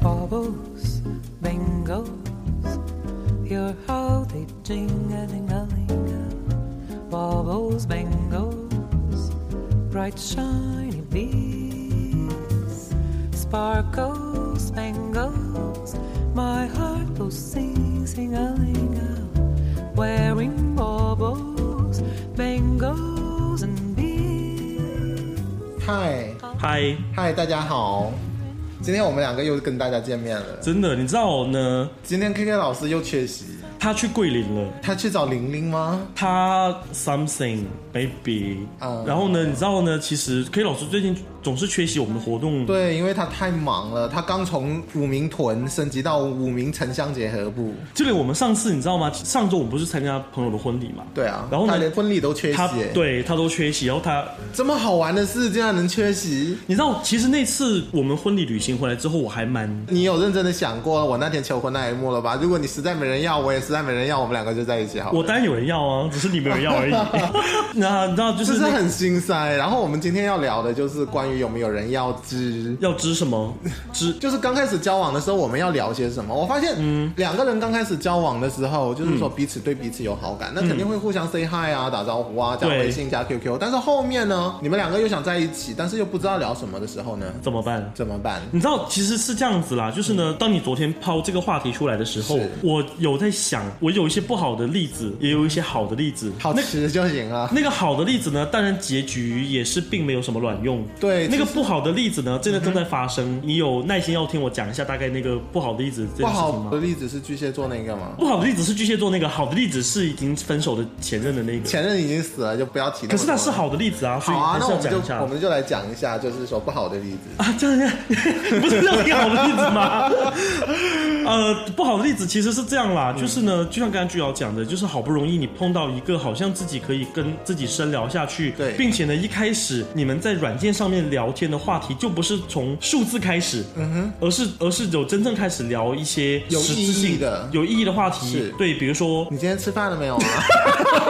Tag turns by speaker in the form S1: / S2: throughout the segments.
S1: Bobbles, bingos, your holiday jingling a ling. Bobbles, bingos, bright shiny bees, sparkles, bangles. My heart goes sing sing a ling, wearing baubles, bangles, and bees.
S2: 嗨
S3: 嗨，
S2: 嗨，大家好，今天我们两个又跟大家见面了。
S3: 真的，你知道呢？
S2: 今天 K K 老师又缺席，
S3: 他去桂林了，
S2: 他去找玲玲吗？
S3: 他 something maybe，、
S2: 嗯
S3: 然后呢，你知道呢？其实 K 老师最近总是缺席我们的活动，
S2: 对，因为他太忙了，他刚从五名屯升级到五名城乡结合部。
S3: 就连我们上次你知道吗？上周我们不是参加朋友的婚礼嘛？
S2: 对啊，
S3: 然后呢
S2: 他连婚礼都缺
S3: 他
S2: 席耶，
S3: 对他都缺席，然后他，
S2: 这么好玩的事竟然能缺席，
S3: 你知道，其实那次我们婚礼旅行回来之后，我还蛮
S2: 你有认真的想过我那天求婚那一幕了吧？如果你实在没人要，我也实在没人要，我们两个就在一起好了。
S3: 我当然有人要啊，只是你没有人要而 已。那你知道就
S2: 就是是
S3: 那
S2: 很心塞，然后我们今天要聊的就是关于有没有人要知
S3: 要知什么知
S2: 就是刚开始交往的时候，我们要聊些什么？我发现，嗯，两个人刚开始交往的时候，就是说彼此对彼此有好感，那肯定会互相 say hi 啊，打招呼啊，加
S3: 嗯对
S2: 微信、加 QQ。但是后面呢，你们两个又想在一起，但是又不知道聊什么的时候呢，
S3: 怎么办？
S2: 怎么办？
S3: 你知道，其实是这样子啦，就是呢，当你昨天抛这个话题出来的时候
S2: 嗯是，嗯
S3: 我有在想，我有一些不好的例子，也有一些好的例子。
S2: 好
S3: 那
S2: 吃就行啊了。
S3: 那个好的例子呢，当然结局也是并没有什么卵用。
S2: 对嗯
S3: 那个不好的例子呢，真的正在发生。你有耐心要听我讲一下大概那个不好的例子这
S2: 不
S3: 件事情
S2: 好
S3: 吗
S2: 的？例子是巨蟹座那个吗？
S3: 不好的例子是巨蟹座那个，好的例子是已经分手的前任的那个。
S2: 前任已经死了，就不要提那
S3: 可
S2: 么多了。
S3: 是那是好的例子啊，所以
S2: 好啊
S3: 还，
S2: 那
S3: 是
S2: 我
S3: 要
S2: 们
S3: 讲一下
S2: 就我。们就来讲一下，就是说不好的例子。
S3: 啊，这样， 你不是要听好的例子吗？呃，不好的例子其实是这样啦，就是呢，就像刚才巨瑶讲的，就是好不容易你碰到一个好像自己可以跟自己深聊下去，
S2: 对
S3: 并且呢，一开始你们在软件上面聊天的话题就不是从数字开始，嗯哼，而是而是有真正开始聊一些
S2: 有
S3: 实质
S2: 意义
S3: 性
S2: 的
S3: 有意义的话
S2: 是
S3: 题，对，比如说
S2: 你今天吃饭了没有啊？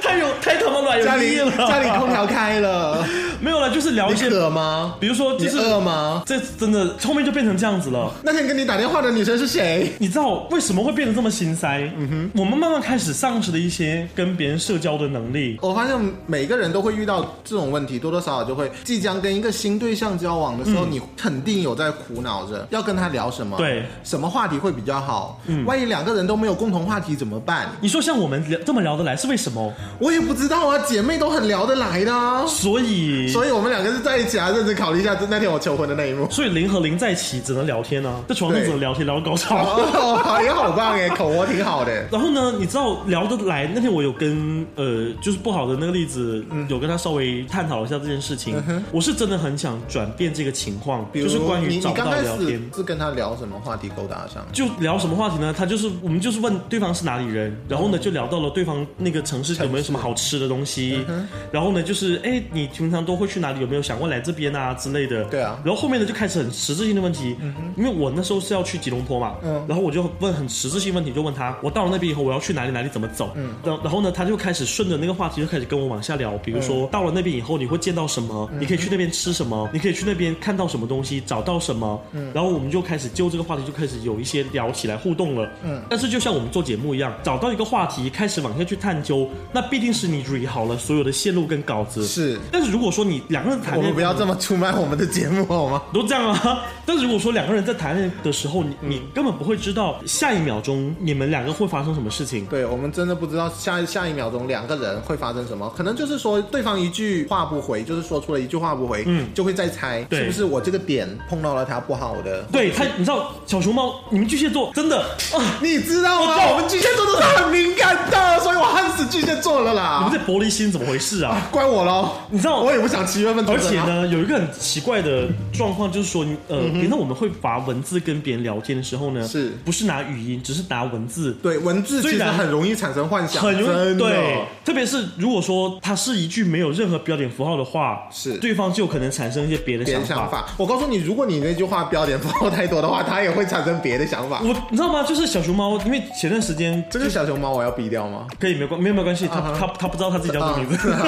S3: 太有太他妈软
S2: 家
S3: 有意
S2: 里
S3: 义了，
S2: 家里空调开 了，
S3: 没有了，就是聊一
S2: 你
S3: 些，
S2: 渴吗？
S3: 比如说
S2: 你
S3: 就是
S2: 饿吗？
S3: 这真的后面就变成这样子了。
S2: 那天跟你打电话的女生是谁？
S3: 你知道为什么会变得这么心塞？嗯哼，我们慢慢开始丧失了一些跟别人社交的能力。
S2: 我发现每个人都会遇到这种问题，多多少少就会即将跟一个新对象交往的时候，你肯定有在苦恼着要跟他聊什么，
S3: 嗯对，嗯
S2: 什么话题会比较好。万一两个人都没有共同话题怎么办？
S3: 你说像我们聊这么聊得来是为什么？
S2: 我也不知道啊，姐妹都很聊得来的、啊，
S3: 所以，
S2: 所
S3: 以，
S2: 以我们两个是在一起啊，认真考虑一下那天我求婚的那一幕。
S3: 所以零和零在一起只能聊天啊，在床上
S2: 对
S3: 只能聊天，聊到高潮。
S2: 哦，也好棒 哎，口活挺好的。
S3: 然后呢，你知道聊得来那天我有跟呃，就是不好的那个例子，
S2: 嗯
S3: 有跟他稍微探讨一下这件事情。我是真的很想转变这个情况，
S2: 比如
S3: 就是关于
S2: 你
S3: 找
S2: 你
S3: 不
S2: 刚
S3: 到
S2: 开
S3: 聊
S2: 始
S3: 天。
S2: 是跟他聊什么话题勾搭上？
S3: 就聊什么话题呢？他就是我们就是问对方是哪里人，然后呢就聊到了对方那个城市有没有什么好吃的东西，然后呢就是哎、你平常都会去哪里？有没有想过来这边啊之类的？
S2: 对啊
S3: 然后后面呢就开始很实质性的问题，因为我那时候是要去吉隆坡嘛，
S2: 嗯
S3: 然后我就问很实质性问题，就问他我到了那边以后我要去哪里哪里怎么走，
S2: 嗯
S3: 然后然后呢他就开始顺着那个话题就开始跟我往下聊，比
S2: 嗯
S3: 如说、到了那边以后你会见到什么，你可以去那边吃什
S2: 嗯
S3: 么，你可以去那边看到什么东西，找到什么，然后我们就开始就这个话题就开始有一些聊起来互动了，嗯，但是就像我们做节目一样，找到一个话题开始往下去探究，那必定是你 re 好了所有的线路跟稿子，
S2: 是
S3: 但是如果说你两个人谈
S2: 我
S3: 恋爱，
S2: 们不要这么出卖我们的节目好吗？
S3: 都这样啊。 但是如果说两个人在谈恋爱的时候，你
S2: 嗯
S3: 你根本不会知道下一秒钟你们两个会发生什么事情。
S2: 对我们真的不知道下下一秒钟两个人会发生什么，可能就是说对方一句话不回，就是说出了一句话不回，嗯，就会再猜
S3: 对
S2: 是不是我这个点碰到了他不好的。
S3: 对他，你知道小熊猫，你们巨蟹座真的 啊，
S2: 你知道吗？我们巨蟹座都是很敏感的，所以我恨死巨蟹座了
S3: 你
S2: 啦！
S3: 们这玻璃心怎么回事 啊？
S2: 怪我喽，
S3: 你知道
S2: 我也不想七月份出
S3: 而
S2: 生啊
S3: 且，呢，有一个很奇怪的状况，就是说，呃，平常我们会把文字跟别人聊天的时候呢，
S2: 嗯是
S3: 不是拿语音，只是拿文字，
S2: 对文字其
S3: 虽
S2: 实
S3: 然
S2: 很容易产生幻想，
S3: 很容易
S2: 真的
S3: 对，特别是如果说它是一句没有任何标点符号的话，
S2: 是
S3: 对方方就有可能产生一些别的
S2: 别的
S3: 想
S2: 想法。我告诉你，如果你那句话标点符号太多的话，它也会产生别的想法。
S3: 我你知道吗？就是小熊猫，因为前段时间
S2: 这个小熊猫我要毙掉吗？
S3: 可以没关没有没有关系，他他他不知道他自己叫什么名字。
S2: 啊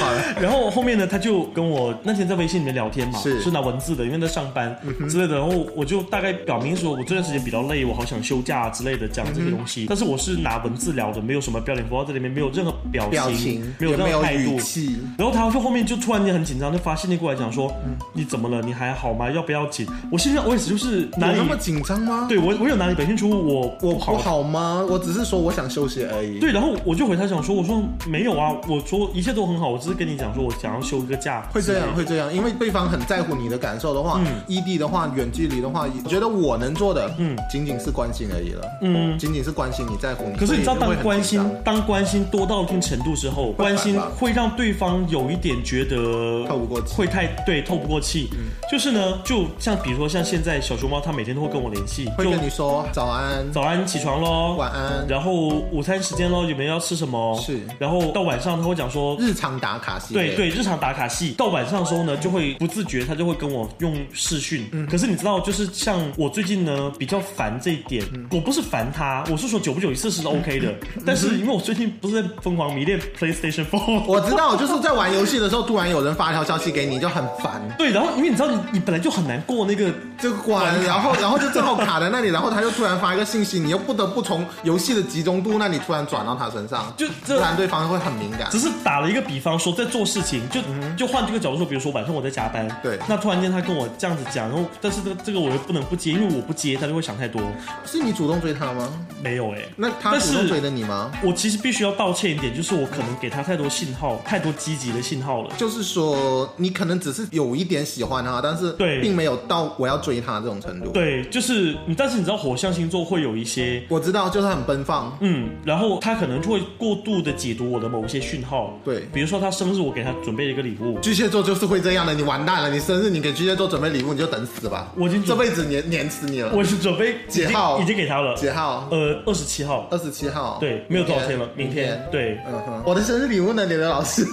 S2: 好了，
S3: 然后后面呢，他就跟我那天在微信里面聊天嘛，
S2: 是嗯
S3: 拿文字的，因为在上班之类的。然后我就大概表明说，我这段时间比较累，我好想休假之类的，讲这些东
S2: 嗯
S3: 西。但是我是拿文字聊的，没有什么标点符号在里面，没有任何表情，
S2: 表情
S3: 没有
S2: 也
S3: 任
S2: 没
S3: 何
S2: 有
S3: 态度
S2: 语。气，
S3: 然后他就后面就突然间很紧张，就发信息过来讲说：“你怎么了？你还好吗？要不要紧？”我现在我也是就是哪
S2: 有
S3: 里
S2: 那么紧张吗？，
S3: 对我我有哪里表现出我
S2: 我
S3: 不
S2: 不
S3: 好
S2: 好吗？我只是说我想休息而已。
S3: 对，然后我就回他讲说，我说没有啊，我说一切都很好，我只是跟你讲说我想要休个假。
S2: 会这样，会这样，因为对方很在乎你的感受的话，
S3: 嗯
S2: 异地的话，远距离的话，我觉得我能做的，嗯，仅仅是关心而已了，
S3: 嗯
S2: 仅仅是关心你在乎你。
S3: 可是你知道，
S2: 所以
S3: 当
S2: 会很
S3: 关
S2: 紧
S3: 心
S2: 张
S3: 当关心多到一定程度之后，
S2: 反
S3: 关心
S2: 吧
S3: 会让对方有一点觉得
S2: 透不过气嗯
S3: 会太对透不过气。就是呢，就像比如说像现在小熊猫，它每天都会跟我联系，
S2: 会
S3: 就
S2: 跟你说早安、
S3: 早安起床喽，
S2: 晚安，
S3: 然后午餐时间喽，你们要吃什么？
S2: 是
S3: 然后到晚上它会讲说
S2: 日常打卡系列
S3: 对，对，日常打卡戏到晚上的时候呢，就会不自觉，他就会跟我用视讯。可是你知道，就是像我最近呢比较烦这一点，我不是烦他，我是说久不久一次是 OK 的。 但是因为我最近不是在疯狂迷恋 PlayStation 4，
S2: 我知道，就是在玩游戏的时候，突然有人发一条消息给你，就很烦。
S3: 对，然后因为你知道你你本来就很难过那个，
S2: 就关，然后然后就正好卡在那里，然后他就突然发一个信息，你又不得不从游戏的集中度那里突然转到他身上，
S3: 就
S2: 不
S3: 这。
S2: 然对方会很敏感
S3: 只。是打了一个比方说，在做事情，就、就换这个角度说，比如说晚上我在加班，
S2: 对
S3: 那突然间他跟我这样子讲，然后但是这个这个我又不能不接，因为我不接他就会想太多，
S2: 是你主动追他吗？
S3: 没有哎、
S2: 那他
S3: 但
S2: 主
S3: 是
S2: 动追的你吗？
S3: 我其实必须要道歉一点，就是我可能给他太多信号，太多积极的信号了。
S2: 就是说，你可能只是有一点喜欢他，但是
S3: 对
S2: 并没有到我要追他这种程度。，
S3: 对，就是你，但是你知道火象星座会有一些，
S2: 我知道，就是很奔放。
S3: 嗯，然后他可能就会过度的解读我的某一些讯号。
S2: 对
S3: 比如说他生日，我给他准备了一个礼物，
S2: 巨蟹座就是会这样的，你完蛋了！你生日你给巨蟹座准备礼物，你就等死吧！
S3: 我已经
S2: 这辈子碾碾死你了。
S3: 我是准备已
S2: 几
S3: 经
S2: 号
S3: 已经给他了，
S2: 几号？
S3: 呃，二十七号。
S2: 二十七号。
S3: 对，没有多少天了，明天
S2: 天。
S3: 对，
S2: 嗯哼，我的生日礼物呢，你的老师？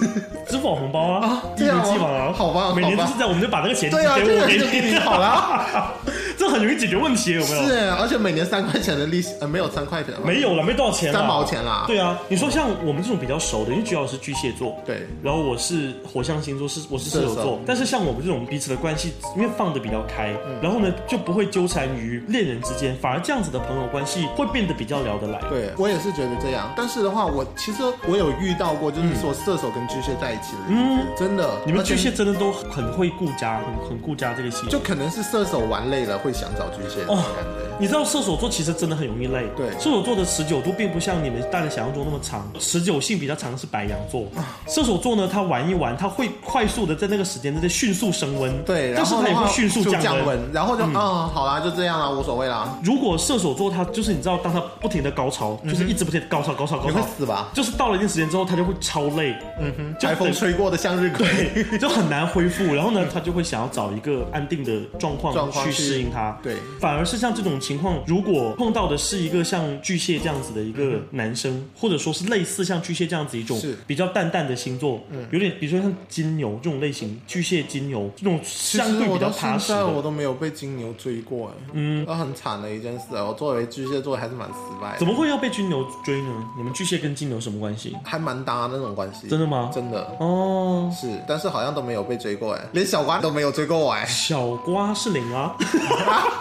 S3: 支付宝红包啊
S2: 啊，
S3: 一
S2: 这样
S3: 如
S2: 吗
S3: 既往啊，
S2: 好吧好吧
S3: 每年都是在我们就把那个钱 哎给
S2: 对啊，这
S3: 我
S2: 个就给你好了。
S3: 这很容易解决问题，有没有？
S2: 是，而且每年三块钱的利息，呃，没有三块钱吧，
S3: 没有了，没多少钱了，
S2: 三毛钱啦。
S3: 对啊，你说像我们这种比较熟的，因为菊老师巨蟹座，
S2: 对
S3: 然后我是火象星座，是我是射手
S2: 射手嗯
S3: 座，但是像我们这种彼此的关系，因为放的比较开，然后呢就不会纠缠于恋人之间，反而这样子的朋友关系会变得比较聊得来。
S2: 对，我也是觉得这样。但是的话，我其实我有遇到过，就是说射手跟巨蟹在一起的，嗯，真的，
S3: 你们
S2: 而且
S3: 巨蟹真的都很会顾家，很很顾家这个戏。
S2: 就可能是射手玩累了会想找巨蟹的
S3: 哦
S2: 感觉。
S3: 你知道射手座其实真的很容易累，
S2: 对
S3: 射手座的持久度并不像你们大家想象中那么长，持久性比较长是白羊座，
S2: 啊
S3: 射手座呢，他玩一玩，他会快速的在那个时间内迅速升温，
S2: 对，
S3: 但
S2: 然
S3: 是
S2: 后
S3: 他
S2: 的
S3: 也
S2: 话
S3: 会迅速
S2: 就
S3: 降
S2: 降
S3: 温。
S2: 温，然后就嗯，好啦，就这样啦，无所谓啦。
S3: 如果射手座他就是你知道，当他不停的高潮，
S2: 嗯
S3: 就是一直不停的高潮高潮高
S2: 你会
S3: 潮，
S2: 死吧？
S3: 就是到了一定时间之后，他就会超累，嗯哼，就
S2: 台风吹过的向日葵，
S3: 对，就很难恢复。然后呢，他就会想要找一个安定的状
S2: 状
S3: 况
S2: 况
S3: 去
S2: 去
S3: 适应它。
S2: 对
S3: 反而是像这种情况，如果碰到的是一个像巨蟹这样子的一个男生，或者说是类似像巨蟹这样子一种
S2: 嗯是嗯
S3: 比较淡淡的星座，有点比如说像金牛这种类型，巨蟹、金牛这种
S2: 其
S3: 相
S2: 实
S3: 对
S2: 我
S3: 比较
S2: 到
S3: 踏
S2: 现
S3: 实
S2: 在
S3: 的。
S2: 我都没有被金牛追过，哎，嗯，那很惨的一件事啊。我作为巨蟹座还是蛮失败
S3: 怎
S2: 的，
S3: 么会要被金牛追呢？你们巨蟹跟金牛什么关系？
S2: 还蛮搭那种关系，
S3: 真的吗？
S2: 真的
S3: 哦，
S2: 是，但是好像都没有被追过，哎，连小瓜都没有追过我，哎。
S3: 小瓜是零啊，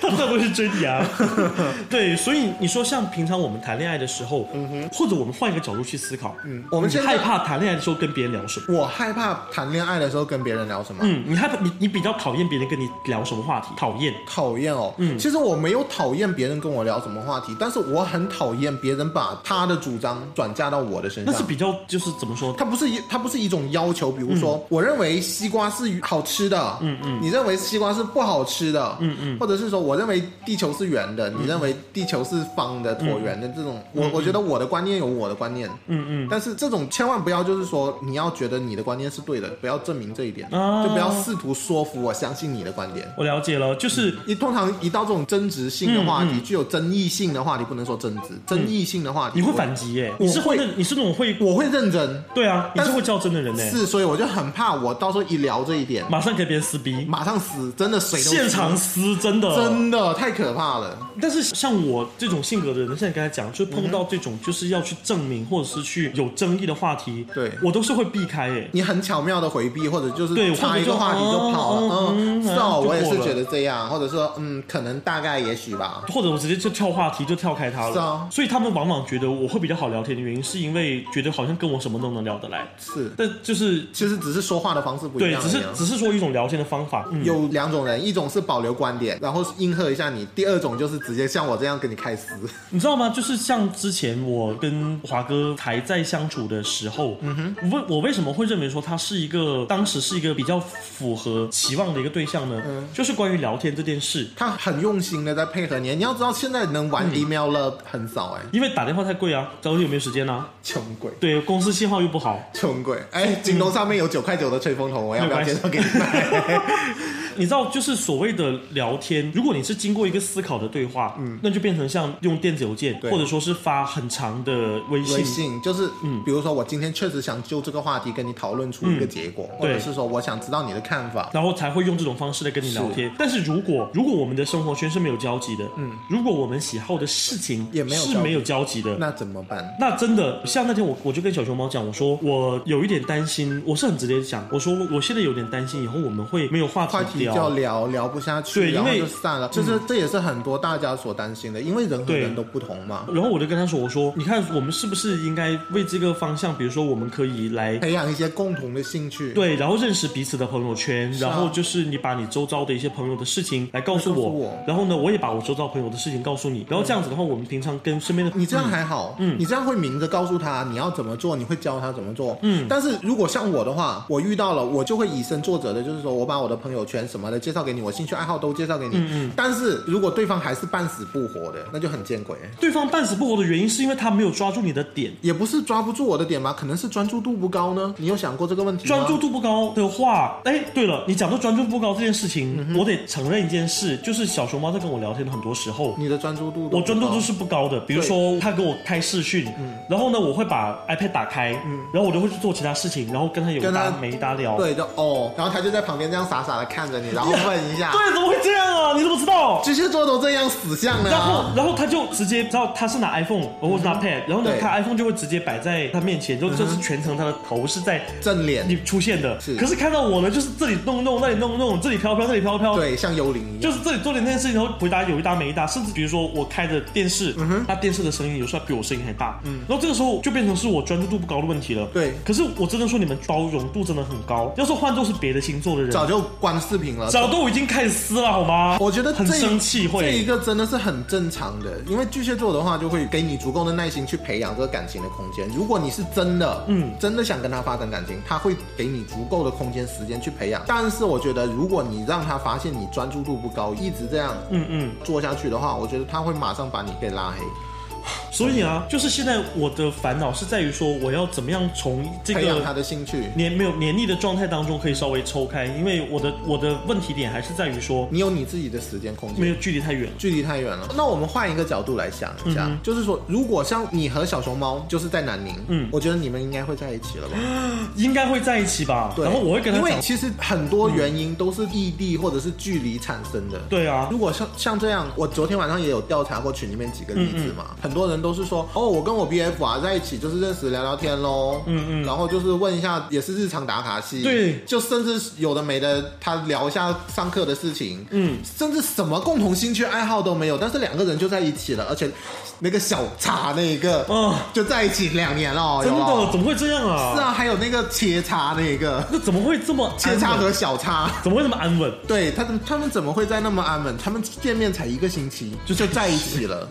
S3: 他会不会是追你 啊？对，所以你说像平常我们谈恋爱的时候，或者我们换一个角度去思考，
S2: 嗯我们
S3: 你
S2: 现在
S3: 害怕谈恋爱的时候跟别人聊什么？
S2: 我害怕谈恋爱的时候跟别人聊什么，
S3: 嗯，你害怕你你比较讨厌别人跟你聊什么话题？讨厌，
S2: 讨厌哦。嗯，其实我没有讨厌别人跟我聊什么话题，但是我很讨厌别人把他的主张转嫁到我的身
S3: 那是
S2: 上。
S3: 比较就是怎么说？
S2: 它不是一，它不是一种要求。比如说，我认为西瓜是好吃的，嗯嗯，你认为西瓜是不好吃的，嗯嗯，或者是说我认为地球是圆
S3: 嗯
S2: 的，你认为地球是方的、椭圆的这种，我我觉得我的观念有我的观念，
S3: 嗯嗯，
S2: 但是这种千万不要就是说你要觉得你的观念是对的，不要证明这一点，
S3: 啊
S2: 就不要试图说服我相信你的观点。
S3: 我了解了，就是
S2: 一通常一到这种争执性的
S3: 嗯
S2: 话题，具有争议性的话题，不能说争执，争议性的话题
S3: 嗯你会
S2: 我
S3: 反击耶，
S2: 我
S3: 你是会
S2: 会
S3: 那，你是那种会，
S2: 我会认真，
S3: 对啊，你
S2: 但
S3: 是
S2: 是
S3: 会较真的人呢，
S2: 是，所以我就很怕我到时候一聊这一点，
S3: 马上给别人撕逼，
S2: 马上死，真的水都
S3: 现场撕，真的
S2: 真的太可怕了。
S3: 但是像我这种性格的人，现在刚才讲，就碰到这种就是要去证明或者是去有争议的话题，
S2: 对
S3: 我都是会避开诶。
S2: 你很巧妙的回避，或者就是
S3: 对
S2: 插一个话题
S3: 或者就
S2: 就跑
S3: 哦
S2: 了，
S3: 嗯
S2: 嗯，是
S3: 嗯
S2: 哦，
S3: 就
S2: 我也
S3: 过
S2: 是
S3: 了
S2: 觉得这样，或者说嗯，可能大概也许吧，
S3: 或者我直接就跳话题，就跳开它了。
S2: 是啊
S3: 所以他们往往觉得我会比较好聊天的原因，是因为觉得好像跟我什么都能聊得来。
S2: 是，
S3: 但就是
S2: 其实只是说话的方式不一
S3: 对，
S2: 样
S3: 只
S2: 而已
S3: 是
S2: 啊。
S3: 只是说一种聊天的方法。嗯，
S2: 有两种人，一种是保留观点，然后应和一下你；第二种就是直接像我这样跟你开撕。
S3: 你知道吗？就是像之前我跟华哥还在相处的时候，嗯哼，为我为什么会认为说他是一个当时是一个比较符合期望的一个对象呢？嗯，就是关于聊天这件事。
S2: 他很用心的在配合你，你要知道现在能
S3: 嗯
S2: 玩 email 了很少哎、
S3: 因为打电话太贵啊，找你有没有时间啊？
S2: 穷鬼。
S3: 对，公司信号又不好。
S2: 穷鬼，哎，京东上面有九块九的吹风筒，我要不要
S3: 没关
S2: 介
S3: 系
S2: 绍给你 买？
S3: 你知道，就是所谓的聊天，如果你是经过一个思考的对话，嗯，那就变成像用电子邮件，
S2: 对
S3: 或者说是发很长的微信。
S2: 微信就是，
S3: 嗯
S2: 比如说我今天确实想就这个话题跟你讨论出一个结果，
S3: 嗯
S2: 或者是说我想知道你的看法，
S3: 然后才会用这种方式来跟你聊天。但是如果如果我们的生活圈是没有交集的，嗯，如果我们喜好的事情
S2: 也没有交集
S3: 是没有交集的，
S2: 那怎么办？
S3: 那真的像那天我我就跟小熊猫讲，我说我有一点担心，我是很直接讲，我说我现在有点担心以后我们会没有话
S2: 话题
S3: 题聊。啊
S2: 就聊聊不下
S3: 对
S2: 去，
S3: 因
S2: 然后
S3: 为嗯
S2: 就散了。就是这也是很多大家所担心的，因为人和
S3: 对
S2: 人都不同嘛，
S3: 然后我就跟他说：“我说，你看，我们是不是应该为这个方向，比如说，我们可以来
S2: 培养一些共同的兴趣。
S3: 对，然后认识彼此的朋友圈，
S2: 啊
S3: 然后就是你把你周遭的一些朋友的事情来告诉
S2: 告
S3: 我，
S2: 诉我
S3: 然后呢，我也把我周遭朋友的事情告诉你，然后这样子的话，我们平常跟身边的
S2: 你这样还好，嗯，你这样会明着告诉他你要怎么做，你会教他怎么做，嗯。但是如果像我的话，我遇到了，我就会以身作则的，就是说我把我的朋友圈什么的介绍给你，我兴趣爱好都介绍给你，嗯。但是如果对方还是半死不活的，那就很见鬼。
S3: 对方半死不活的原因，是因为他没有抓住你的点。
S2: 也不是抓不住我的点吧，可能是专注度不高呢。你有想过这个问题吗？
S3: 专注度不高的话，哎，对了，你讲到专注不高这件事情，
S2: 嗯
S3: 我得承认一件事，就是小熊猫在跟我聊天的很多时候，
S2: 你的专注度都不高，
S3: 我专注度是不高的。比如
S2: 对嗯
S3: 说，他给我开视讯，然后呢，我会把 iPad 打开，然后我就会去做其他事情，然后跟他有
S2: 跟
S3: 搭
S2: 他
S3: 没搭聊。
S2: 对，就哦，然后他就在旁边这样傻傻的看着你， 然后问一下，
S3: 对，怎么会这样啊？你怎么知道？
S2: 巨蟹座都这样死相的、啊。嗯
S3: 然后，然后他就直接，知道他是拿 iPhone，然后是拿 Pad，然后呢，
S2: 对嗯
S3: 他 iPhone 就会直接摆在他面前，就就是全程他的头是在
S2: 正脸，
S3: 你出现的。
S2: 是
S3: 可是看到我呢，就是这里弄弄，那里弄弄，这里飘飘，那里飘飘。
S2: 对，像幽灵一样。
S3: 就是这里做点那件事情，然后回答有一搭没一搭，甚至比如说我开着电视，
S2: 嗯
S3: 那电视的声音有时候比我声音还大，然后这个时候就变成是我专注度不高的问题了。
S2: 对
S3: 可是我真的说你们包容度真的很高，要是换做是别的星座的人，
S2: 早就关视频了，
S3: 早都已经开始撕了好吗？
S2: 我觉得
S3: 很
S2: 这一
S3: 生气会
S2: 这一个真的是很正常的，因为巨蟹座的话就会给你足够的耐心去培养这个感情的空间。如果你是真的，
S3: 嗯
S2: 真的想跟他发展感情，他会给你足够的空间时间去培养。但是我觉得，如果你让他发现你专注度不高，一直这样
S3: 嗯嗯，
S2: 做下去的话，我觉得他会马上把你给拉黑。
S3: 所以啊，就是现在我的烦恼是在于说，我要怎么样从这
S2: 培养他
S3: 个
S2: 的兴趣。
S3: 黏没有黏腻的状态当中可以稍微抽开，因为我的我的问题点还是在于说
S2: 你有你自己的时间空间
S3: 没，有距离太远了。
S2: 距离太远了。那我们换一个角度来想一下，就是说，如果像你和小熊猫就是在南宁，
S3: 嗯
S2: 我觉得你们应该会在一起了吧？
S3: 应该会在一起吧。
S2: 嗯对，
S3: 然后我会跟他
S2: 因为
S3: 讲，
S2: 其实很多原因都是异地或者是距离产生的。
S3: 对啊
S2: 如，果像像这样，我昨天晚上也有调查过群里面几个例子
S3: 嗯
S2: 嘛，很多人都是说，哦，我跟我 BF 啊在一起就是认识聊聊天喽，嗯嗯，然后就是问一下，也是日常打卡戏，
S3: 对
S2: 就甚至有的没的，他聊一下上课的事情，
S3: 嗯，
S2: 甚至什么共同兴趣爱好都没有，但是两个人就在一起了，而且那个小茶那一个，
S3: 嗯
S2: 就在一起两年了哦，
S3: 真
S2: 有没
S3: 的
S2: 有
S3: 怎么会这样啊？
S2: 是，啊，还有那个切叉那个。
S3: 那怎么会这么
S2: 切叉
S3: 安稳？
S2: 和小叉，
S3: 怎么会这么安稳？
S2: 对他们，他们 怎么会在那么安稳？他们见面才一个星期就就在一起了。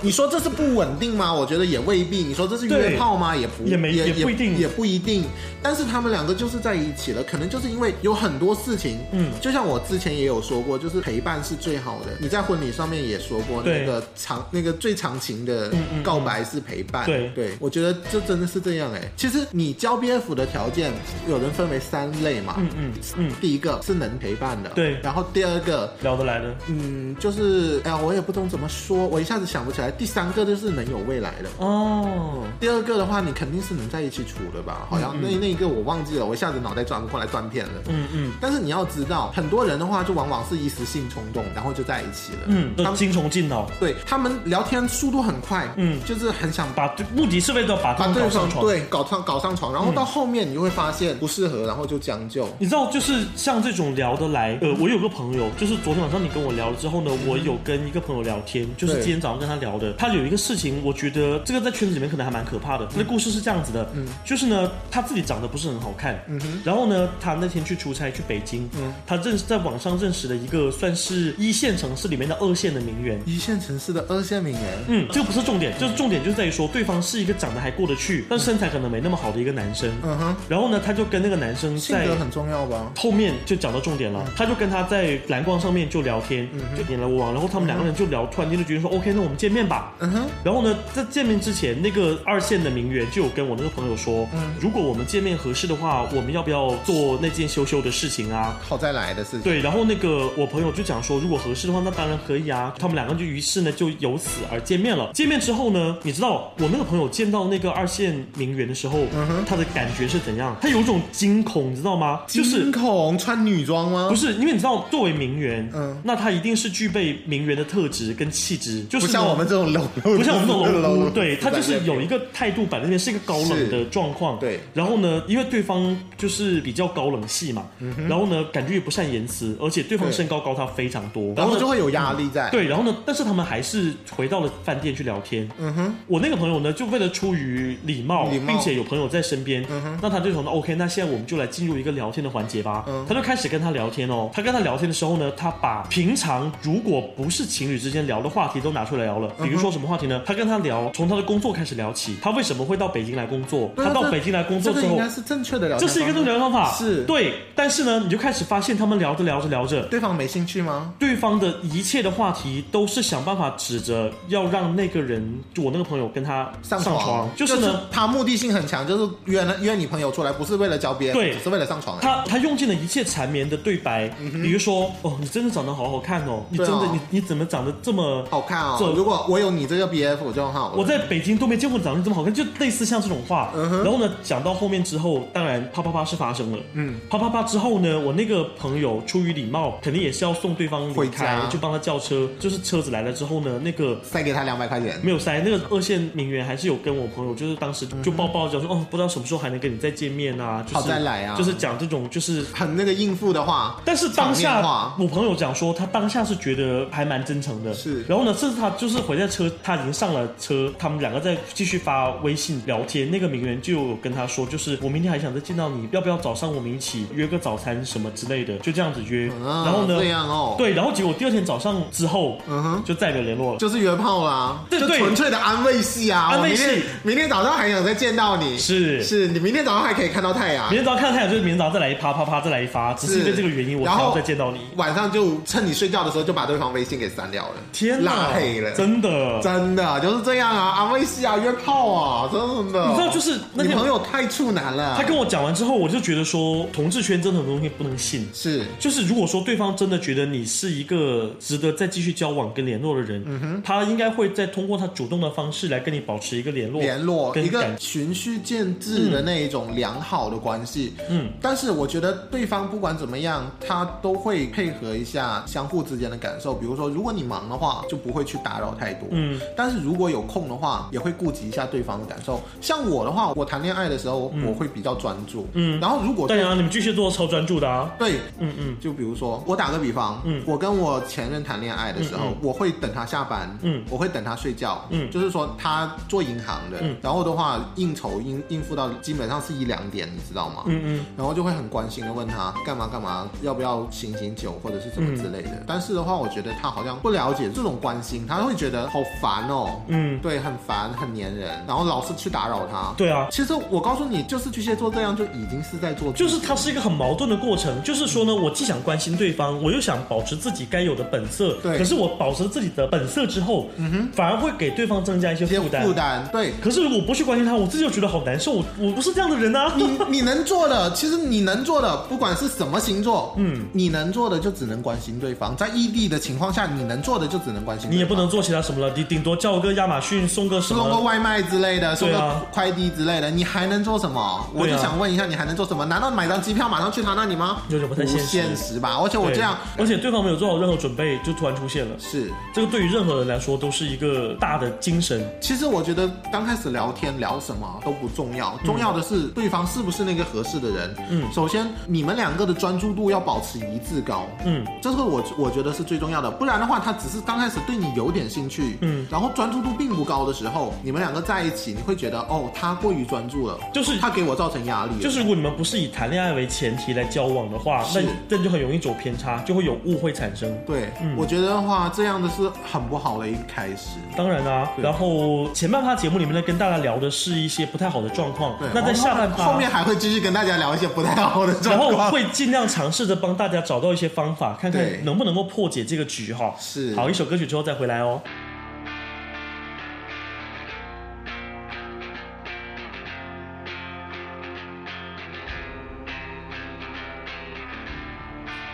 S2: 你说这是不稳定吗？我觉得也未必。你说这是约
S3: 对
S2: 炮吗？也不
S3: 也没
S2: 也
S3: 也不一定
S2: 也不一定。但是他们两个就是在一起了，可能就是因为有很多事情，
S3: 嗯
S2: 就像我之前也有说过，就是陪伴是最好的。你在婚礼上面也说过，
S3: 对嗯
S2: 那个长那个最长情的告白是陪伴。
S3: 对
S2: 对，我觉得这真的是这样哎、其实你交 BF 的条件，有人分为三类嘛。
S3: 嗯嗯嗯，
S2: 第一个是能陪伴的，
S3: 对
S2: 然后第二个
S3: 聊得来的，
S2: 嗯，就是哎呀，我也不懂怎么说，我一下子想不起来。第三个就是能有未来的，
S3: 哦，
S2: 第二个的话，你肯定是能在一起处的
S3: 嗯
S2: 吧？好像那那一个我忘记了，我一下子脑袋转不过来，断片了。
S3: 嗯嗯
S2: 但是你要知道，很多人的话就往往是一时性冲动，然后就在一起了。
S3: 嗯，
S2: 他
S3: 都
S2: 们
S3: 精虫尽脑，
S2: 对他们聊天速度很快，
S3: 嗯
S2: 就是很想把
S3: 把目的是为了把
S2: 把
S3: 对
S2: 对
S3: 方搞
S2: 方
S3: 上床。嗯
S2: 对搞上搞上床，然后到后面你就会发现不适合，然后就将就。
S3: 你知道，就是像这种聊得来，呃，我有个朋友，就是昨天晚上你跟我聊了之后呢，我有跟一个朋友聊天，就
S2: 嗯
S3: 是
S2: 对
S3: 今天早上跟他聊的，他有一个事情，我觉得这个在圈子里面可能还蛮可怕的。
S2: 嗯
S3: 那故事是这样子的，就是呢，他自己长得不是很好看，
S2: 嗯
S3: 然后呢，他那天去出差去北京，他认识在网上认识了一个算是一线城市里面的二线的名媛，
S2: 一线城市的二线名人，
S3: 嗯，这个不是重点，就是重点就是在于说，对方是一个长得还过得去，但身材可能没那么好的一个男生。
S2: 嗯哼，
S3: 然后呢，他就跟那个男生
S2: 性
S3: 在
S2: 格很重要吧？
S3: 后面就讲到重点了，他就跟他在蓝光上面就聊天，就你来我往，然后他们两个人就聊，突然间就决定说，OK，那我们见面吧。
S2: 嗯哼，
S3: 然后呢，在见面之前，那个二线的名媛就有跟我那个朋友说，如果我们见面合适的话，我们要不要做那件羞羞的事情啊？
S2: 好再来的事情。
S3: 对，然后那个我朋友就讲说，如果合适的话，那当然可以啊。他们两个就于是呢就由此而见面了。见面之后呢，你知道我那个朋友见到那个二线名媛的时候，他的感觉是怎样？他有一种惊恐，你知道吗？就是
S2: 惊。恐穿女装吗？
S3: 不是，因为你知道，作为名媛，
S2: 嗯
S3: 那她一定是具备名媛的特质跟气质，就是
S2: 不
S3: 呢
S2: 像我们这种 low，
S3: 不像我们这种
S2: 楼
S3: 老屋，对他就是有一个态度摆在那边，是一个高冷的状况。
S2: 是对
S3: 然后呢，因为对方就是比较高冷系嘛，然后呢，感觉也不善言辞，而且对方
S2: 嗯对
S3: 身高高他非常多，
S2: 然后
S3: 呢
S2: 就会有压力在。，
S3: 对，然后呢？但是他们还是回到了饭店去聊天。嗯哼，我那个朋友呢，就为了出于礼貌，
S2: 礼貌嗯
S3: 并且有朋友在身边，那他就想到 OK，那现在我们就来进入一个聊天的环节吧。
S2: 嗯
S3: 他就开始跟他聊天哦。他跟他聊天的时候呢，他把平常如果不是情侣之间聊的话题都拿出来聊了。
S2: 嗯
S3: 比如说什么话题呢？他跟他聊，从他的工作开始聊起，他为什么会到北京来工作？
S2: 对啊
S3: 他到
S2: 这
S3: 北京来工
S2: 这
S3: 作
S2: 个
S3: 之
S2: 应
S3: 后。
S2: 该是正确的聊天
S3: 这
S2: 方式。
S3: 是一个正确的方法，
S2: 是
S3: 对，但是呢，你就开始发现他们聊着聊着聊着，
S2: 对方没兴趣吗？
S3: 对方的一切的话题都是想办法指着要让那个人，就我那个朋友跟他
S2: 上
S3: 床，就是呢，
S2: 他目的性很强，就是约了约你朋友出来，不是为了交别人，
S3: 对
S2: 只是为了上床。
S3: 他他用尽了一切缠绵的对白，比如说哦，你真的长得好好看哦，你
S2: 对
S3: 真
S2: 啊
S3: 的、你你怎么长得这么
S2: 好看哦
S3: 这！
S2: 如果我有你这个 BF，我就很好了。
S3: 我在北京都没见过长得这么好看，就类似像这种话。然后呢，讲到后面之后，当然啪啪啪是发生了。嗯，啪啪啪之后呢，我那个朋友出于礼貌，肯定也是要送对方
S2: 回
S3: 离开
S2: 家，
S3: 就帮他叫车。就是车子来了之后呢，那个
S2: 塞给他两百块钱，
S3: 没有塞，那个二线名媛还是有跟我朋友，就是当时就抱抱讲说，哦，不知道什么时候还能跟你再见面啊，就是
S2: 好再来啊
S3: 就是讲这种就是。
S2: 很那个应付的话，
S3: 但是当
S2: 场
S3: 下
S2: 面话，
S3: 我朋友讲说，他当下是觉得还蛮真诚的。
S2: 是
S3: 然后呢，甚至他就是回在车，他已经上了车，他们两个在继续发微信聊天。那个名媛就有跟他说，就是我明天还想再见到你，要不要早上我们一起约个早餐什么之类的，就这样子约。
S2: 啊
S3: 然后呢
S2: 这，样哦，，
S3: 对，然后结果第二天早上之后，
S2: 嗯哼，
S3: 就再没有联络了。
S2: 就是约炮啦，
S3: 对
S2: 就
S3: 对
S2: 纯粹的安慰系啊。
S3: 安慰系
S2: 我明天明天早上还想再见到你，
S3: 是
S2: 是你明天早上还可以看到太阳
S3: 明，天早上看太阳，就是明天早上再来一趴啪啪，再来一发，只是因为这个原因，我
S2: 然
S3: 才
S2: 后
S3: 要再见到你。
S2: 晚上就趁你睡觉的时候就把对方微信给删掉了，
S3: 天
S2: 拉
S3: 哪，
S2: 黑了，
S3: 真的。
S2: 真的就是这样啊，安慰系啊，约炮啊，真的。
S3: 你知道，就是那
S2: 你
S3: 天
S2: 朋友太处男了，
S3: 他跟我讲完之后，我就觉得说，同志圈真的很多东西不能信。
S2: 是
S3: 就是如果说对方真的觉得你是一个值得再继续交往跟联络的人，他应该会再通过他主动的方式来跟你保持一个联络，
S2: 联络
S3: 跟
S2: 一个
S3: 感
S2: 循序渐进的那一种良好的关系。
S3: 嗯，
S2: 但是我觉得对方不管怎么样，他都会配合一下相互之间的感受。比如说，如果你忙的话，就不会去打扰太多。
S3: 嗯，
S2: 但是如果有空的话，也会顾及一下对方的感受。像我的话，我谈恋爱的时候，我会比较专注。嗯，然后如果
S3: 当嗯然啊，你们巨蟹座超专注的啊，
S2: 对
S3: 嗯嗯
S2: 就比如说，我打个比方，
S3: 嗯
S2: 我跟我前任谈恋爱的时候，
S3: 嗯嗯
S2: 我会等他下班，
S3: 嗯
S2: 我会等他睡觉，
S3: 嗯
S2: 就是说他做银行的，
S3: 嗯
S2: 然后的话应酬应应付到基本上是一两点，你知道吗？
S3: 嗯嗯，
S2: 然后就会很关心的问他干嘛干嘛，要不要醒醒
S3: 嗯
S2: 酒或者是什么之类的。但是的话，我觉得他好像不了解这种关心，他会觉得好烦哦。
S3: 嗯，
S2: 对，很烦，很粘人，然后老是去打扰他。
S3: 对啊，
S2: 其实我告诉你，就是巨蟹座这样就已经是在做，
S3: 就是它是一个很矛盾的过程，就是说
S2: 嗯
S3: 呢，我既想关心对方，我又想保持自己该有的本色，
S2: 对
S3: 可是我保持自己的本色之后，嗯哼，反而会给对方增加一些
S2: 一些
S3: 负担。
S2: 负担。对，
S3: 可是如果我不去关心他，我自己就觉得好难受，我我不是这样的人啊。
S2: 你你能做的，其实你能做的，不管是什么星座，嗯，你能做的就只能关心对方。在异地的情况下，你能做的就只能关心对方
S3: 你也不能做其他什么了，你顶多叫个亚马逊送个什
S2: 送个
S3: 么。
S2: 外卖之类的，送
S3: 对
S2: 个
S3: 啊
S2: 快递之类的，你还能做什么？我就
S3: 对啊
S2: 想问一下，你还能做什么？难道买张机票马上去他那里吗？
S3: 有点不太现实
S2: 现实吧？而且我
S3: 对
S2: 这样
S3: 而且对方没有做好任何准备，就突然出现了。
S2: 是，
S3: 这个对于任何人来说都是一个大的精神。
S2: 其实我觉得刚开始聊天聊什么都不重要，重要的是对方是不是那个合适的人。
S3: 嗯
S2: 首先你们两个的专注度要保持一致高。
S3: 嗯，
S2: 这个我我觉得是最重要的，不然的话，他只是刚开始对你有点兴趣，
S3: 嗯，
S2: 然后专注度并不高的时候，你们两个在一起，你会觉得哦，他过于专注了，
S3: 就是
S2: 他给我造成压力了，
S3: 就是如果你们不是以谈恋爱为前提来交往的话，那
S2: 是
S3: 那你就很容易走偏差，就会有误会产生。
S2: 对，
S3: 嗯
S2: 我觉得的话，这样的是很不好的一个开始。
S3: 当然啦、
S2: 对
S3: 然后前半趴节目里面呢，跟大家聊的是一些不太好的状况
S2: 对，，
S3: 那在下半
S2: 然后
S3: 趴
S2: 后面还会继续跟大家聊一些不太好的状
S3: 然 后
S2: 况。
S3: 会尽量尝试着帮大家找到一些方法，看
S2: 对
S3: 看能不能够破解这个局哈。
S2: 是
S3: 好，一首歌曲之后再回来哦。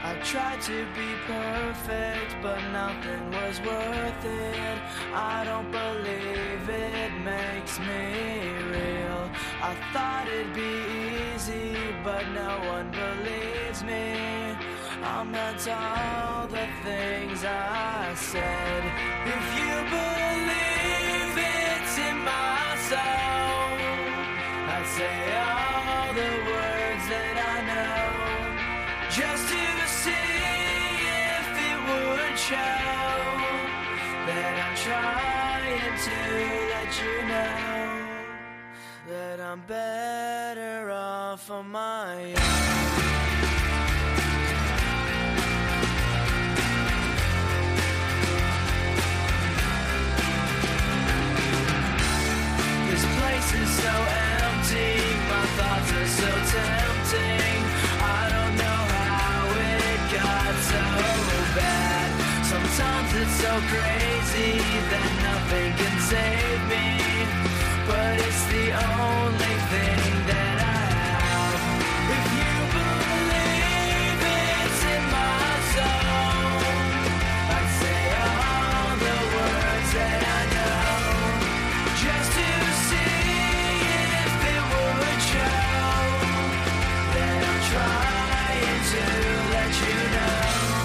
S1: I tried to be perfect, but nothing was worth it. I don't believe it makes me real. I thought it'd be easy, but no one believes me. I'm not all the things I said. If you believe it's in my soul. I'd say all the words that I know just to see if it would show that I'm trying to let you know that I'm better off on my own. This place is so empty, my thoughts are so tempting. I don't know how it got so bad. Sometimes it's so crazy that nothing can save me, but it's the only thing that I have. If you believe it's in my soul, I'd say all the words that I know. Just to see if it would show that I'm trying to let you know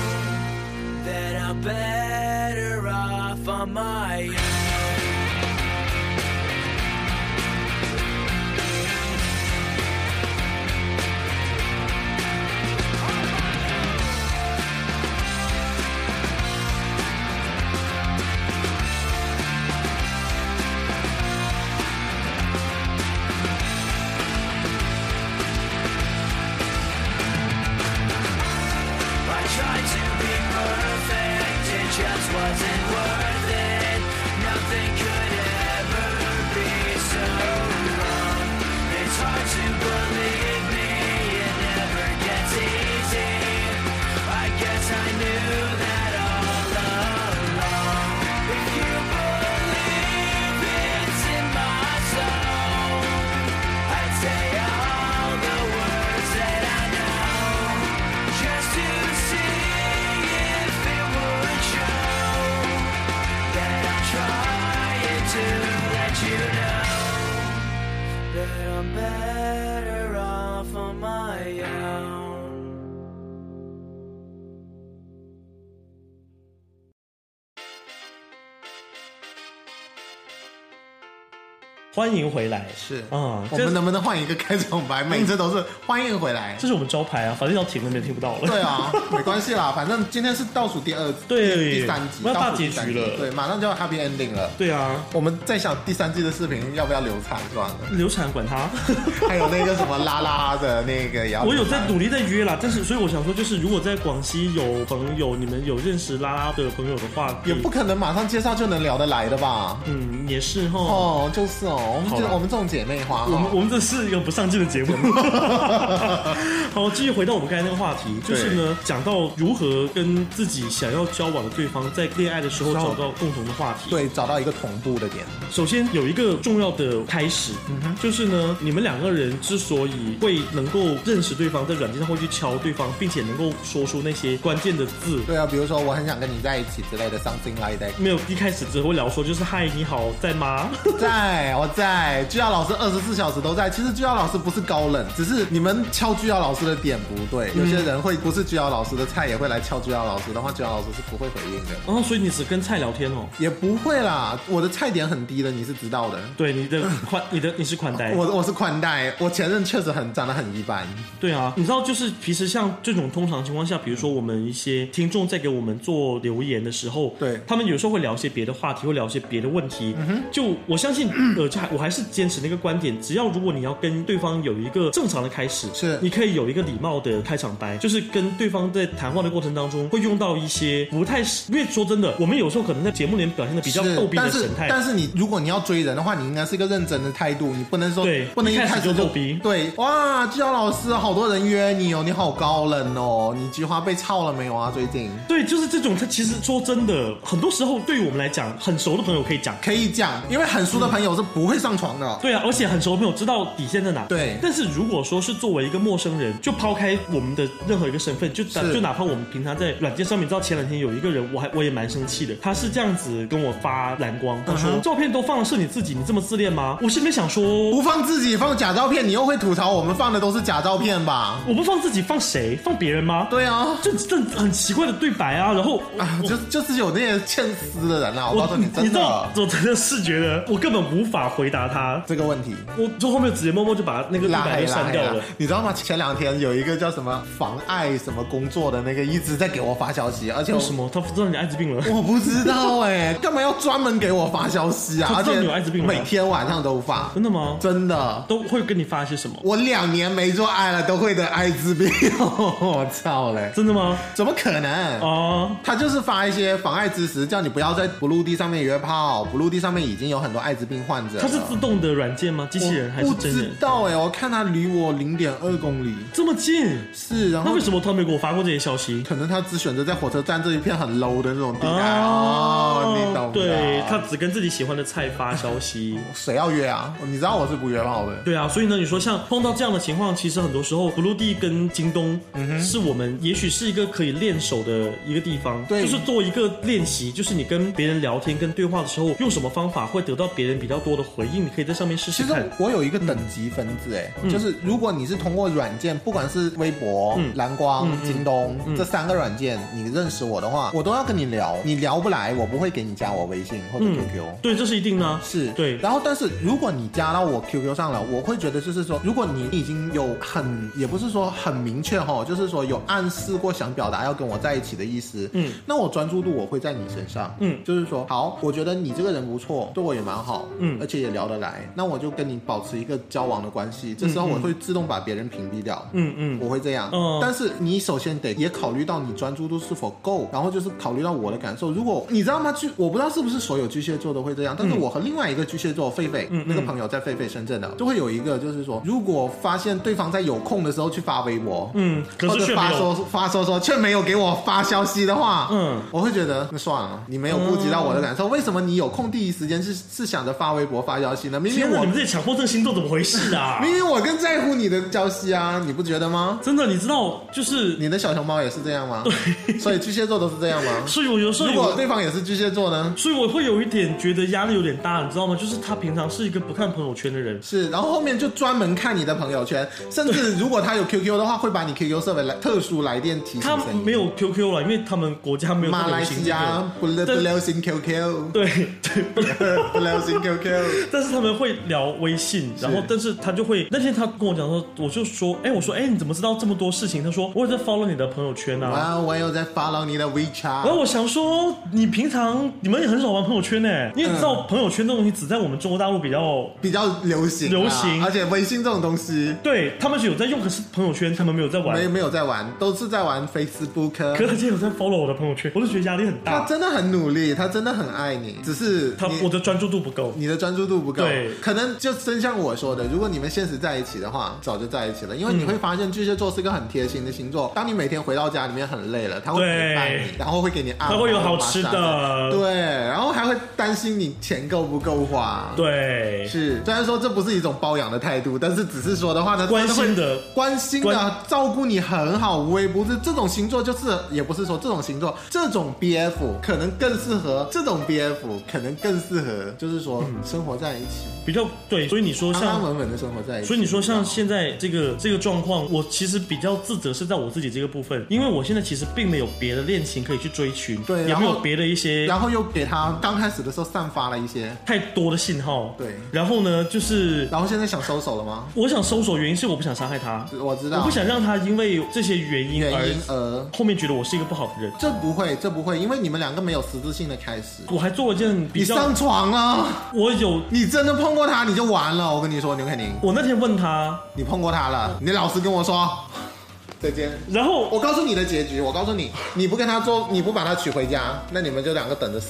S1: that I'm better off on my own. I tried to be perfect, it just wasn't worth it. Now
S3: 欢迎回来，
S2: 是
S3: 啊，
S2: 我
S3: 这
S2: 们能不能换一个开场白？每次都是欢迎回来。
S3: 这是我们招牌啊，反正要停了，你们也听不到了。
S2: 对啊，没关系啦，反正今天是倒数第二、
S3: 对
S2: 第三集，
S3: 我们要
S2: 倒
S3: 大
S2: 数
S3: 结
S2: 第
S3: 局
S2: 三集
S3: 了
S2: 对，马上就要 happy ending 了。
S3: 对啊，
S2: 我们在想第三季的视频要不要流产算了，
S3: 流产管他。
S2: 还有那个什么拉拉的那个也要。
S3: 我有在努。力在约啦，但是所以我想说，就是如果在广西有朋友，你们有认识拉拉的朋友的话，可
S2: 也
S3: 以
S2: 不可能马上介绍就能聊得来的吧？
S3: 嗯也是哈。
S2: 哦，就是哦，我们
S3: 好
S2: 这
S3: 啦
S2: 我们这种姐妹花
S3: 我们
S2: 哈，
S3: 我们这是一个不上进的节目。好，继续回到我们刚才那个话题，就是呢，讲到如何跟自己想要交往的对方在恋爱的时候
S2: 然后
S3: 找到共同的话题。，
S2: 对，找到一个同步的点。
S3: 首先有一个重要的开始，就是呢，你们两个人之所以会能够认识对方，在软件上会去敲对方，并且能够说出那些关键的字。
S2: 对啊，比如说我很想跟你在一起之类的，something like that。
S3: 没有一开始只会聊说就是嗨你好在吗？
S2: 在，我在。居耀老师二十四小时都在。其实居耀老师不是高冷，只是你们敲居耀老师的点不对。有些人会不是居耀老师的菜，也会来敲居耀老师的话，居耀老师是不会回应的。
S3: 然哦后所以你只跟菜聊天哦，
S2: 也不会啦，我的菜点很低的，你是知道的。
S3: 对你的宽你的你是 宽带，
S2: 我我是宽带，我前任确实很长得很一般。
S3: 对啊，你知道就是平时像这种通常情况下，比如说我们一些听众在给我们做留言的时候，
S2: 对嗯
S3: 他们有时候会聊一些别的话题，会聊一些别的问题。就我相信，呃，就还我还是坚持那个观点，只要如果你要跟对方有一个正常的开始，
S2: 是
S3: 你可以有一个礼貌的开场白，就是跟对方在谈话的过程当中会用到一些不太是，因为说真的，我们有时候可能在节目里面表现的比较
S2: 是
S3: 逗逼的
S2: 但是
S3: 神态，
S2: 但是你如果你要追人的话，你应该是一个认真的态度，你不能说
S3: 对
S2: 不能
S3: 一
S2: 一
S3: 开始
S2: 开始
S3: 就逗逼
S2: 对，哇，居耀老师，好多人约你哦，你好高冷哦，你菊花被操了没有啊？最近
S3: 对，就是这种。他其实说真的，很多时候对于我们来讲，很熟的朋友可以讲。
S2: 可以讲，因为很熟的朋友是不会上床的。
S3: 对啊，而且很熟的朋友知道底线在哪。
S2: 对
S3: 但是如果说是作为一个陌生人，就抛开我们的任何一个身份，就哪
S2: 是
S3: 就哪怕我们平常在软件上面，你知道前两天有一个人，我还我也蛮生气的，他是这样子跟我发蓝光，他说、
S2: 嗯哼
S3: 照片都放的是你自己，你这么自恋吗？我心里面想说，
S2: 不放自己放假照片，你又会吐槽我们放的都是假照片吧？
S3: 我不放自己，放谁？放别人吗？
S2: 对啊，
S3: 这这很奇怪的对白啊，然后
S2: 啊，
S3: 我
S2: 就就是有那些欠撕的人啊，我告诉
S3: 我
S2: 你，
S3: 你
S2: 真
S3: 知道
S2: 的，
S3: 我真的是觉得我根本无法回答他，
S2: 这个问题。
S3: 我就后面直接默默就把那个对
S2: 拉
S3: 白
S2: 黑
S3: 都
S2: 拉
S3: 删
S2: 黑
S3: 掉
S2: 拉
S3: 了。，
S2: 你知道吗？前两天有一个叫什么妨碍什么工作的那个，一直在给我发消息，而且
S3: 为
S2: 我
S3: 什么？他不知道你艾滋病了？
S2: 我不知道哎、干嘛要专门给我发消息啊？
S3: 他
S2: 而
S3: 知道
S2: 且
S3: 你有艾滋病吗
S2: 每天晚上都发，
S3: 真的吗？
S2: 真的，
S3: 都会跟你发些什么？
S2: 我两年没做爱了都会得艾滋病， 我操嘞！
S3: 真的吗？
S2: 怎么可能？
S3: 啊，
S2: 他就是发一些妨碍知识，叫你不要在 blue 地上面约炮。blue 地上面已经有很多艾滋病患者了。
S3: 它是自动的软件吗？机器人还是
S2: 我不
S3: 真人
S2: 知？道哎、我看他离我零点二公里，
S3: 这么近，
S2: 是，然
S3: 那
S2: 后
S3: 为什么他没给我发过这些消息？
S2: 可能他只选择在火车站这一片很 low 的那种地带哦，你懂的。
S3: 啊对他只跟自己喜欢的菜发消息。
S2: 谁要约啊？你知道我是不约炮的。
S3: 对啊，所以呢，你说像碰到这样的情况，其实很多时候，blue 地跟京东
S2: 嗯
S3: 是我们也许是一个可以练手的一个地方，
S2: 对
S3: 就是做一个练习，就是你跟别人聊天、跟对话的时候，用什么方法会得到别人比较多的回应，你可以在上面试
S2: 其
S3: 试
S2: 实
S3: 看。
S2: 我有一个等级分制，哎、
S3: 嗯
S2: 就是如果你是通过软件，不管是微博、
S3: 嗯
S2: 蓝光、京东、这三个软件，你认识我的话，我都要跟你聊。你聊不来，我不会给你加我微信或
S3: 嗯
S2: 者 QQ。
S3: 对，这是一定啊呢。
S2: 是
S3: 对
S2: 然后但是如果你加到我 QQ 上了，我会觉得就是说，如果你已经有很，也不是说很明确哈，就是说有暗示过想表达要跟我在一起的意思，
S3: 嗯，
S2: 那我专注度我会在你身上，
S3: 嗯
S2: 就是说，好，我觉得你这个人不错，对我也蛮好，
S3: 嗯
S2: 而且也聊得来，那我就跟你保持一个交往的关系，这时候我会自动把别人屏蔽掉，
S3: 嗯嗯。
S2: 我会这样，
S3: 嗯
S2: 但是你首先得也考虑到你专注度是否够，然后就是考虑到我的感受。如果你知道吗？巨我不知道是不是所有巨蟹座都会
S3: 嗯
S2: 这样，但是我和另外一个巨蟹座狒狒、那个朋友在狒狒深圳的，就会有一个就是说，如果发现对方在有空的时候去发微博，
S3: 嗯可是
S2: 或
S3: 却
S2: 者
S3: 没
S2: 发
S3: 有
S2: 说发说说却没有给我发消息的话，
S3: 嗯
S2: 我会觉得那算了，你没有顾及到我的感受，为什么你有空第一时间是是想着发微博发消息呢？明明
S3: 天哪，
S2: 我
S3: 你们这些强迫症星座怎么回事啊？
S2: 明明我更在乎你的消息啊，你不觉得吗？
S3: 真的，你知道，就是？
S2: 你的小熊猫也是这样吗？对，所以巨蟹座都是这样吗
S3: 所以我有时候
S2: 如
S3: 有
S2: 果对方也是巨蟹座呢？
S3: 所以我会有一点觉得压力有点大，你知道吗？就是他平常是一个不看朋友圈的人，
S2: 是，然后后面就专门看你的朋友圈，甚至如果他有 QQ 的话，会把你 QQ 设为来特殊来电提醒
S3: 他
S2: 声音。
S3: 没有 QQ 了，因为他们国家没有
S2: 马
S3: 这个
S2: 来
S3: 流行
S2: 西
S3: 这个
S2: 亚不流不流行 QQ，
S3: 对对，不
S2: 不流行 QQ。
S3: 但是他们会聊微信，然后但是他就会那天他跟我讲说，我就说，哎，我说，哎，你怎么知道这么多事情？他说，我有在 follow 你的朋友圈啊。哦
S2: 啊，我有在 follow 你的
S3: 然后
S2: WeChat，
S3: 我想说，你平常你们也很少玩朋友圈呢，因为你知道朋友圈这东西只在我们中国大陆比较
S2: 比较流行啊，
S3: 流行
S2: 而且微信这种东西
S3: 对他们有在用，可是朋友圈他们没有在玩
S2: 没。没有在玩，都是在玩 Facebook。
S3: 可是他今天有在 follow 我的朋友圈，我就觉得压力很
S2: 他
S3: 大。
S2: 真的很努力，他真的很爱你，只是
S3: 他
S2: 你
S3: 我的专注度不够。
S2: 你的专注度不够
S3: 对，
S2: 可能就真像我说的，如果你们现实在一起的话，早就在一起了。因为你会发现巨蟹座是个很贴心的星座，当你每天回到家里面很累了，他会陪伴
S3: 对
S2: 你，然后会给你按摩，
S3: 他会有好吃的
S2: 马上对，然后还会担心你钱够不够花。
S3: 对，
S2: 是，虽然说这不是一种包养的态度，但是只是说的话呢，
S3: 关
S2: 真的会
S3: 心的
S2: 关心
S3: 关
S2: 的，照顾你很好，无微不至。这种星座就是，也不是说这种星座，这种 BF 可能更适合，这种 BF 可能更适合，就是说生活在一起，
S3: 比较对。所以你说
S2: 安安
S3: 嗯像
S2: 稳稳的生活在一起。
S3: 所以你说像现在这个这个状况，我其实比较自责是在我自己这个部分，因为我现在其实并没有别的恋情可以去追寻，
S2: 对
S3: 也
S2: 然
S3: 没
S2: 后
S3: 有别的一些
S2: 然后又给他刚开始的时候散发了一些，
S3: 太多的信号。
S2: 对
S3: 然后呢，就是
S2: 然后现在想收手了吗？
S3: 我想收手，原因是我不想伤害他，
S2: 我知道，
S3: 我不想让他因为这些原因
S2: 原
S3: 而
S2: 因而。
S3: 后面觉得我是一个不好的人。
S2: 这不会，这不会，因为你们两个没有实质性的开始。
S3: 我还做了一件
S2: 你
S3: 比较
S2: 上，床了，
S3: 我有
S2: 你真的碰过他，你就完了。我跟你说，牛凯宁，
S3: 我那天问他，
S2: 你碰过他了，你老实跟我说，再见。
S3: 然后
S2: 我告诉你的结局，我告诉你，你不跟他做，你不把他娶回家，那你们就两个等着死。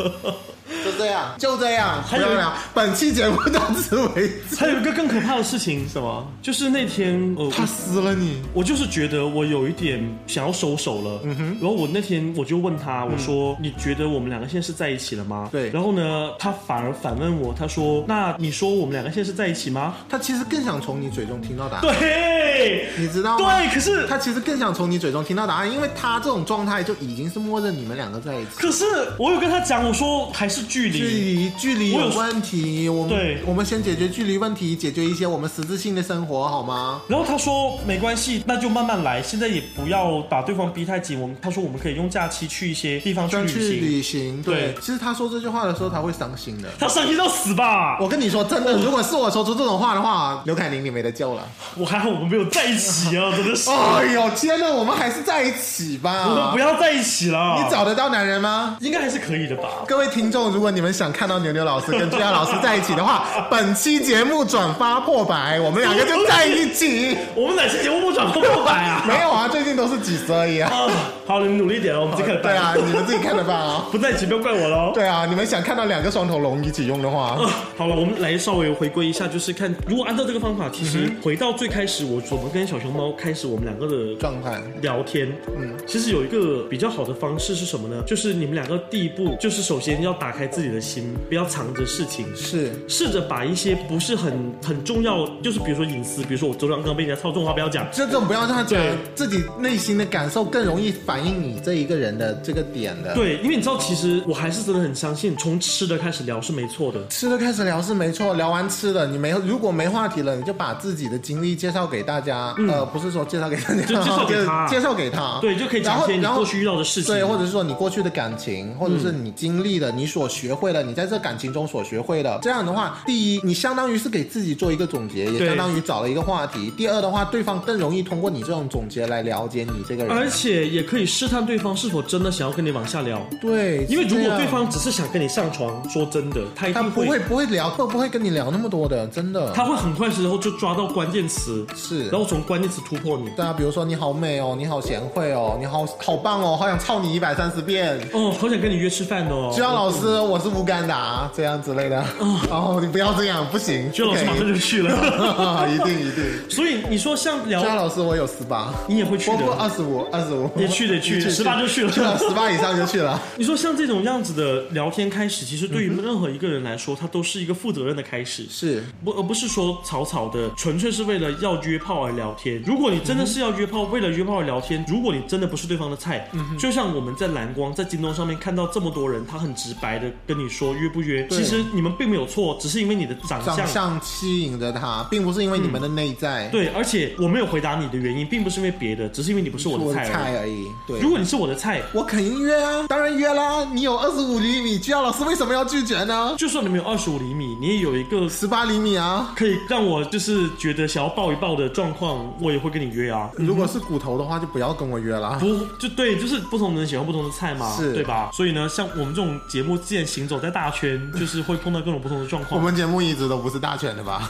S2: 就这样，就这样，不
S3: 还有
S2: 要聊。本期节目到此为止。
S3: 还有一个更可怕的事情，什么？就是那天，呃，
S2: 他
S3: 我
S2: 撕了你，
S3: 我就是觉得我有一点想要收手了。
S2: 嗯
S3: 然后我那天我就问他，我说：“你觉得我们两个现在是在一起了吗？”
S2: 对
S3: 然后呢，他反而反问我，他说：“那你说我们两个现在是在一起吗
S2: 他其实更想从你嘴中听到答？”案，
S3: 对，
S2: 你知道吗？
S3: 对，可是
S2: 他其实更想从你嘴中听到答案，因为他这种状态就已经是默认你们两个在一起。
S3: 可是我有跟他讲，我说还是距
S2: 距
S3: 离。
S2: 离距离
S3: 我有
S2: 有问题，我
S3: 对
S2: 们我们先解决距离问题，解决一些我们实质性的生活好吗？
S3: 然后他说没关系，那就慢慢来，现在也不要把对方逼太紧。我们他说我们可以用假期去一些地方去
S2: 专
S3: 旅
S2: 去
S3: 行。
S2: 旅行，
S3: 对
S2: 对。其实他说这句话的时候，他会伤心的。
S3: 他伤心到死吧！
S2: 我跟你说，真的，如果是我说出这种话的话，刘凯琳你没得救 了。
S3: 我还好我们没有在一 起啊，真的是。
S2: 哎呦，天呐，我们还是在一起吧。
S3: 我们不要在一起了。
S2: 你找得到男人吗？
S3: 应该还是可以的吧？
S2: 各位听众，如果你们想看到牛牛老师跟朱亚老师在一起的话，本期节目转发破百，我们两个就在一起。
S3: 我们哪期节目不转过六百 啊？
S2: 没有啊，最近都是几十而已 啊。
S3: 啊，好，你们努力点哦，我们自己看
S2: 对啊，你们自己看着办啊。
S3: 不在一起不要怪我喽。
S2: 对啊，你们想看到两个双头龙一起用的话，
S3: 啊，好了，我们来稍微回归一下，就是看如果按照这个方法，其
S2: 嗯
S3: 实回到最开始，我我们跟小熊猫开始我们两个的
S2: 状态
S3: 聊天，嗯，其实有一个比较好的方式是什么呢？就是你们两个第一步就是首先要打开自己的心，不要藏着事情，
S2: 是
S3: 试着把一些不是很很重要，就是比如说隐私，比如说我昨天刚被人家操纵的话不要讲，
S2: 这种不要让他讲
S3: 对
S2: 自己内心的感受，更容易反映你这一个人的这个点的。，
S3: 对，因为你知道，其实我还是真的很相信，从吃的开始聊是没错的。
S2: 吃的开始聊是没错，聊完吃的，你没如果没话题了，你就把自己的经历介绍给大家，呃，不是说介绍给大家，
S3: 嗯就介绍给他
S2: 就 介绍给他，
S3: 对，就可以
S2: 然
S3: 讲一
S2: 后
S3: 些你
S2: 然后
S3: 过去遇到的事情。嗯
S2: 对，或者是说你过去的感情，或者是你经历的，你所学会的，你在这感情中所学会的。这样的话，第一，你相当于是给自己做一个总结，也
S3: 对
S2: 相当于找了一个话题。第二的话，对方更容易通过你这种总结来了解你这个
S3: 而
S2: 人。
S3: 且也可以试探对方是否真的想要跟你往下聊，
S2: 对，
S3: 因为
S2: 是
S3: 如
S2: 这
S3: 果
S2: 样
S3: 对方只是想跟你上床，说真的，他一
S2: 他
S3: 定
S2: 不会，不会聊，会不会跟你聊那么多的？真的，
S3: 他会很快时候就抓到关键词，
S2: 是
S3: 然。后从关键词突破你。
S2: 对啊，比如说你好美哦，你好贤惠哦，你好好棒哦，好想操你一百三十遍。
S3: 哦，好想跟你约吃饭哦。
S2: 居然老师，我是乌干达，啊这样之类的。哦，你不要这样，不行。
S3: 居然老师
S2: 不
S3: 马
S2: 可以
S3: 上就去了。
S2: 一定一定。
S3: 所以你说像
S2: 张
S3: 聊，
S2: 老师，我有十八，
S3: 你也会去
S2: 我
S3: 的
S2: 不二十五，二十五
S3: 也去得去18就去了
S2: 去了十八以上就去 了。
S3: 你说像这种样子的聊天开始，其实对于
S2: 嗯
S3: 任何一个人来说，它都是一个负责任的开始。
S2: 是，
S3: 不，而不是说草草的，纯粹是为了要约炮而聊天。如果你真的
S2: 嗯
S3: 是要约炮，为了约炮而聊天，如
S2: 嗯
S3: 果你真的不是对方的菜，就像我们在蓝光、在京东上面看到这么多人，他很直白的跟你说约不约，
S2: 对
S3: 其实你们并没有错，只是因为你的长相。
S2: 长相吸引着他，并不是因为你们的内在，，
S3: 嗯对，而且我没有回答你的原因，并不是因为别的，只是因为你不是我的
S2: 我的
S3: 菜而已。
S2: 菜而已。对，
S3: 如果你是我的菜，
S2: 我肯定约啊，当然约啦。你有二十五厘米，居耀老师为什么要拒绝呢？
S3: 就算你们有二十五厘米，你也有一个
S2: 十八厘米啊。
S3: 可以让我就是觉得想要抱一抱的状况，我也会跟你约啊。
S2: 如果是骨头的话，就不要跟我约 啦。
S3: 不就对，就是不同的人喜欢不同的菜嘛，
S2: 是
S3: 对吧？所以呢，像我们这种节目，既然行走在大圈， 就是会碰到各种不同的状
S2: 我
S3: 况。
S2: 们节目一直都不是大全的 吧？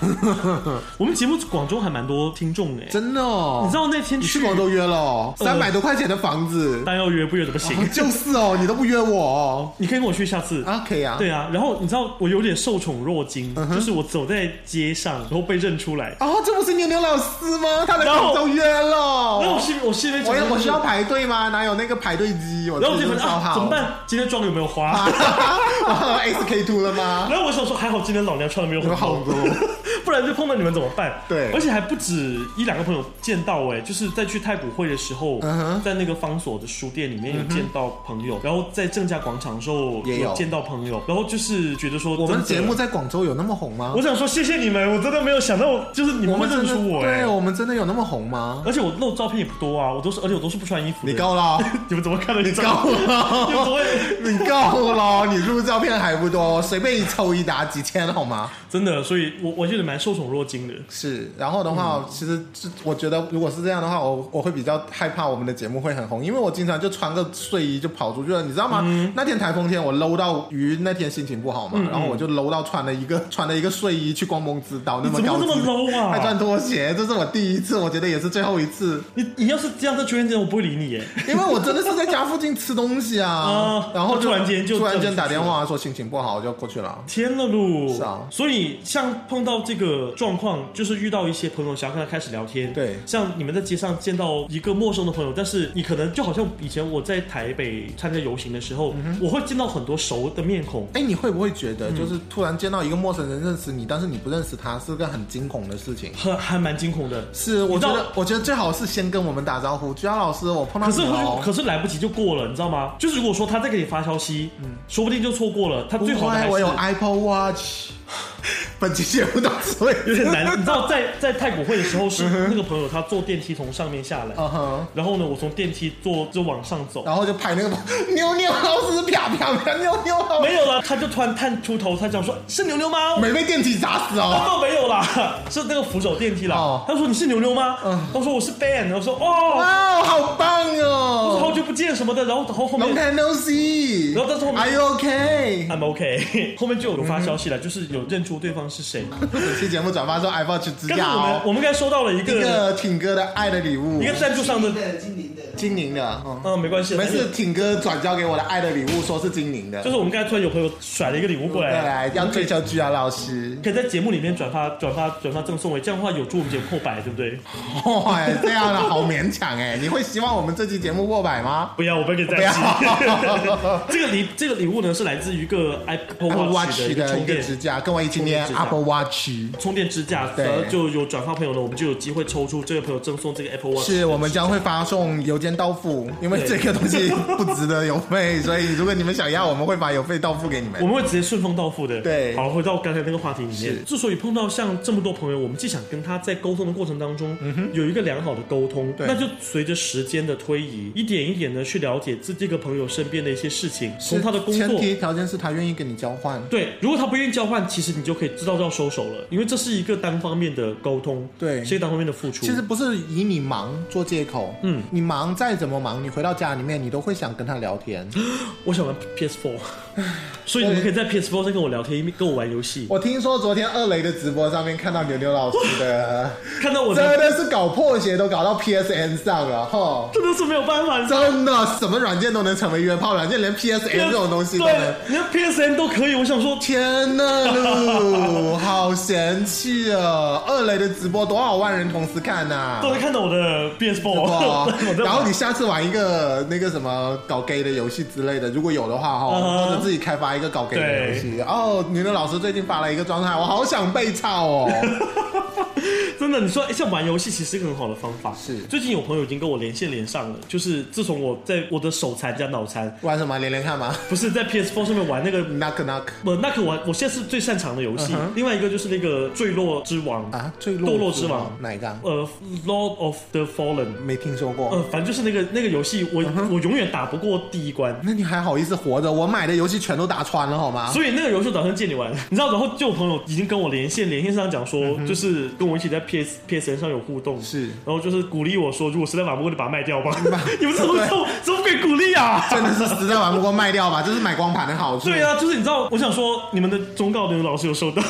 S3: 我们节目广州还蛮多听众哎、
S2: 真的哦，
S3: 你知道那天
S2: 你去
S3: 去
S2: 广州约了哦，
S3: 呃
S2: 三百多块钱的房子，
S3: 但要约不约怎么行？
S2: 就是哦，你都不约我哦，
S3: 你可以跟我去下次。
S2: 啊，嗯可以啊，
S3: 对啊，然后你知道我有点受宠若惊，就是我走在街上，然后被认出来，
S2: 哦，这不是牛牛老师吗？他来
S3: 然后
S2: 广州约了，
S3: 然后我心我心里面
S2: 哦我
S3: 想
S2: 要
S3: 的
S2: 我需
S3: 是
S2: 要排队吗？哪有那个排队机？我
S3: 然后我就
S2: 真的
S3: 觉得
S2: 超
S3: 啊，
S2: 好，
S3: 怎么 办？今天妆有没有花？
S2: 啊？SK two 了吗？
S3: 然后我想说，还好今天老娘穿的没有
S2: 有
S3: 很
S2: 好
S3: 露
S2: 多，
S3: 不然就碰到你们怎么办？
S2: 对
S3: 而且还不止一两个朋友见到哎、就是在去太古汇的时候，
S2: 嗯
S3: 在那个方所的书店里面有见到朋友，然后在正佳广场的时候
S2: 也有
S3: 见到朋友，然后就是觉得说
S2: 我们
S3: 真的
S2: 节目。在广州有那么红吗
S3: 我？想说谢谢你们，我真的没有想到，就是你们会认
S2: 真的
S3: 出我哎、呃
S2: 对我们真的有那么红吗？
S3: 而且我露照片也不多啊，我都是，而且我都是不穿衣服的。
S2: 你够 了，
S3: 你们怎么看得你
S2: 你够
S3: 你们
S2: 了
S3: 怎。么会
S2: 你够了，你录照片还不多，随便一抽一打几千好吗？
S3: 真的？所以我我觉得蛮受宠若惊的。
S2: 是，然后的
S3: 嗯
S2: 话，其实是我觉得，如果是这样的话，我我会比较害怕我们的节目会很红，因为我经常就穿个睡衣就跑出去了，你知道吗？
S3: 嗯
S2: 那天台风天，我搂到鱼那天心情不好嘛，然后我就搂到穿了一个 穿了一个睡衣去逛梦之岛，那
S3: 你怎
S2: 高级，
S3: 么这么 low 啊
S2: 还穿拖鞋，这是我第一次，我觉得也是最后一 次，
S3: 你你要是这样在圈间，我不会理 你耶。
S2: 因为我真的是在家附近吃东西啊
S3: 啊，
S2: 然后就
S3: 突然间就
S2: 突然
S3: 这
S2: 间
S3: 样
S2: 打
S3: 出去
S2: 电话说心情不好，我就过去了。
S3: 天了噜！
S2: 是啊
S3: 所以像碰到这个状况，就是遇到一些朋友想要跟他开始聊天，
S2: 对
S3: 像你们在街上见到一个陌生的朋友，但是你可能就好像以前我在台北参加游行的时候，
S2: 嗯
S3: 我会见到很多熟的面孔。
S2: 哎，你会不会觉得，
S3: 嗯
S2: 就是突然见到一个陌生人认识你，但是你不认识他，是个很惊恐的事情？
S3: 很还蛮惊恐的，
S2: 是，我
S3: 你知
S2: 觉
S3: 道
S2: 得我觉得最好是先跟我们打招呼，居家老师，我碰到
S3: 可是
S2: 你
S3: 我
S2: 了
S3: 就
S2: 哦。
S3: 可是来不及就过了，你知道吗？就是如果说他再给你发消息，说不定就错过了。他最好
S2: 嗯不
S3: 的还
S2: 会，
S3: 是
S2: 我有 Apple Watch。本期节目到此为
S3: 有
S2: 止。
S3: 点 难。你知道在在太古汇的时候，是那个朋友他坐电梯从上面下来，
S2: 嗯哼，
S3: 然后呢，我从电梯坐就往上走，
S2: 然后就拍那个妞妞老师，啪啪啪，妞妞老师，
S3: 没有了，他就突然探出头，他讲说是牛牛吗？
S2: 没被电梯砸死哦。
S3: 哦，没有啦， 是那个扶手电梯啦。
S2: 哦嗯
S3: 他说你是牛牛吗？他说我是 Ben，我说哦，
S2: 哇，好棒
S3: 我说好
S2: 哦
S3: 久不见什么的，然后后后
S2: ！Long
S3: 面
S2: time no see。
S3: 然后但是后面
S2: Are you OK？
S3: I'm OK，后面就有发消
S2: 嗯
S3: 息了，就是有认出对方是谁。
S2: 本期节目转发说 Apple 去指
S3: 刚
S2: 甲
S3: 才我们
S2: 哦，
S3: 我们刚才收到了一
S2: 一
S3: 个
S2: 个挺哥的爱的礼物
S3: 一，个赞助商的，
S2: 精灵的，嗯，
S3: 嗯，没关系，
S2: 没事，挺哥转交给我的爱的礼物，说是精灵的
S3: 就。是我们刚才突然有朋友甩了一个礼物过
S2: 再
S3: 来。
S2: 来要追求居雅老师，
S3: 可以在节目里面转发、转发、转发赠送哎，这样的话有助我们节目破百，对 不对？
S2: 哇，这样的好勉强 哎！你会希望我们这期节目过百吗？
S3: 不要，我不要跟你在一
S2: 不要
S3: 起。这个礼这个礼物呢是来自于一个 Apple
S2: Apple
S3: Watch
S2: Watch
S3: 的一个
S2: 的一
S3: 充
S2: 个
S3: 电
S2: 支架，跟我一起念
S3: 充电支架
S2: Apple Watch，
S3: 充电支架，
S2: 对
S3: 然后就有转发朋友呢，我们就有机会抽出这个朋友赠送这个 Apple Watch。
S2: 是我们将会发送邮件到付，因为这个东西 不值得邮费，所以如果你们想要，我们会把邮费到付给你们
S3: 我。们会直接顺丰到付的。
S2: 对
S3: 好，回到刚才那个话题里
S2: 是
S3: 面，之所以碰到像这么多朋友，我们既想跟他在沟通的过程当中、有一个良好的沟通，
S2: 嗯对
S3: 那就随着时间的推移，一点一点的去了解自己这个朋友身边的一些事情，从他的工
S2: 前
S3: 作。
S2: 提条件是他愿意跟你交换。
S3: 对，如果他不愿意交换，其实你就可以知道要收手了，因为这是一个单方面的沟通，
S2: 对
S3: 是一个单方面的付出。
S2: 其实不是以你忙做借口，
S3: 嗯，
S2: 你忙再怎么忙，你回到家里面，你都会想跟他聊天。
S3: 我想玩 PS4，所以你们可以在 PS4 上跟我聊天，跟我玩游戏，
S2: 我听说昨天二雷的直播上面看到牛牛老师的，
S3: 看 到我
S2: 真
S3: 的
S2: 的是搞破鞋都搞到 PSN 上了哈。
S3: 真的是没有办法，你知道吗
S2: 真的，什么软件都能成为约炮软件，连 PSN 这种东西都能
S3: 对。，连 PSN 都可以。我想说，
S2: 天呐，路好嫌弃哦！二雷的直播多少万人同时看呐、
S3: 啊都能看到我的 PS4，
S2: 哇
S3: 我在
S2: 啊然后
S3: 玩
S2: 你下次玩一个那个什么搞 gay 的游戏之类的，如果有的话哈、
S3: 嗯哼
S2: 或者自己开发一个搞 gay 的 游戏。哦，牛牛老师最近发了一个状态，我好想被操哦！
S3: 真真的，你说诶像玩游戏其实是一个很好的方法。
S2: 是
S3: 最近有朋友已经跟我连线连上了，就是自从我在我的手残加脑残，
S2: 玩什么连连看吗
S3: 不是在 PS4 上面玩那个
S2: ？Knock knock
S3: 我那个我我现在是最擅长的游戏
S2: 嗯哼
S3: 另外一个就是那个《坠落之王》
S2: 啊，坠
S3: 堕
S2: 落
S3: 落之王
S2: 哪一个啊？
S3: 呃，《Lord of the Fallen》。
S2: 没听说
S3: 呃
S2: 过。，
S3: 反正就是那个那个游戏，
S2: 嗯
S3: 我、我永远打不过第一关，
S2: 那你还好意思活着？我买的游戏全都打穿了好吗？
S3: 所以那个游戏我打算借你玩。 你知道，然后就有朋友已经跟我连线，连线上讲说，就是跟我一起在 PS PSN 上有互动，
S2: 嗯是
S3: 然后就是鼓励我说，如果实在玩不过就把它卖 掉吧。 你们这种这种这种鬼鼓励啊！
S2: 真的是实在玩不过卖掉 吧，这是买光盘的好处。
S3: 对啊，就是你知道，我想说你们的忠告，你们老师有收 到。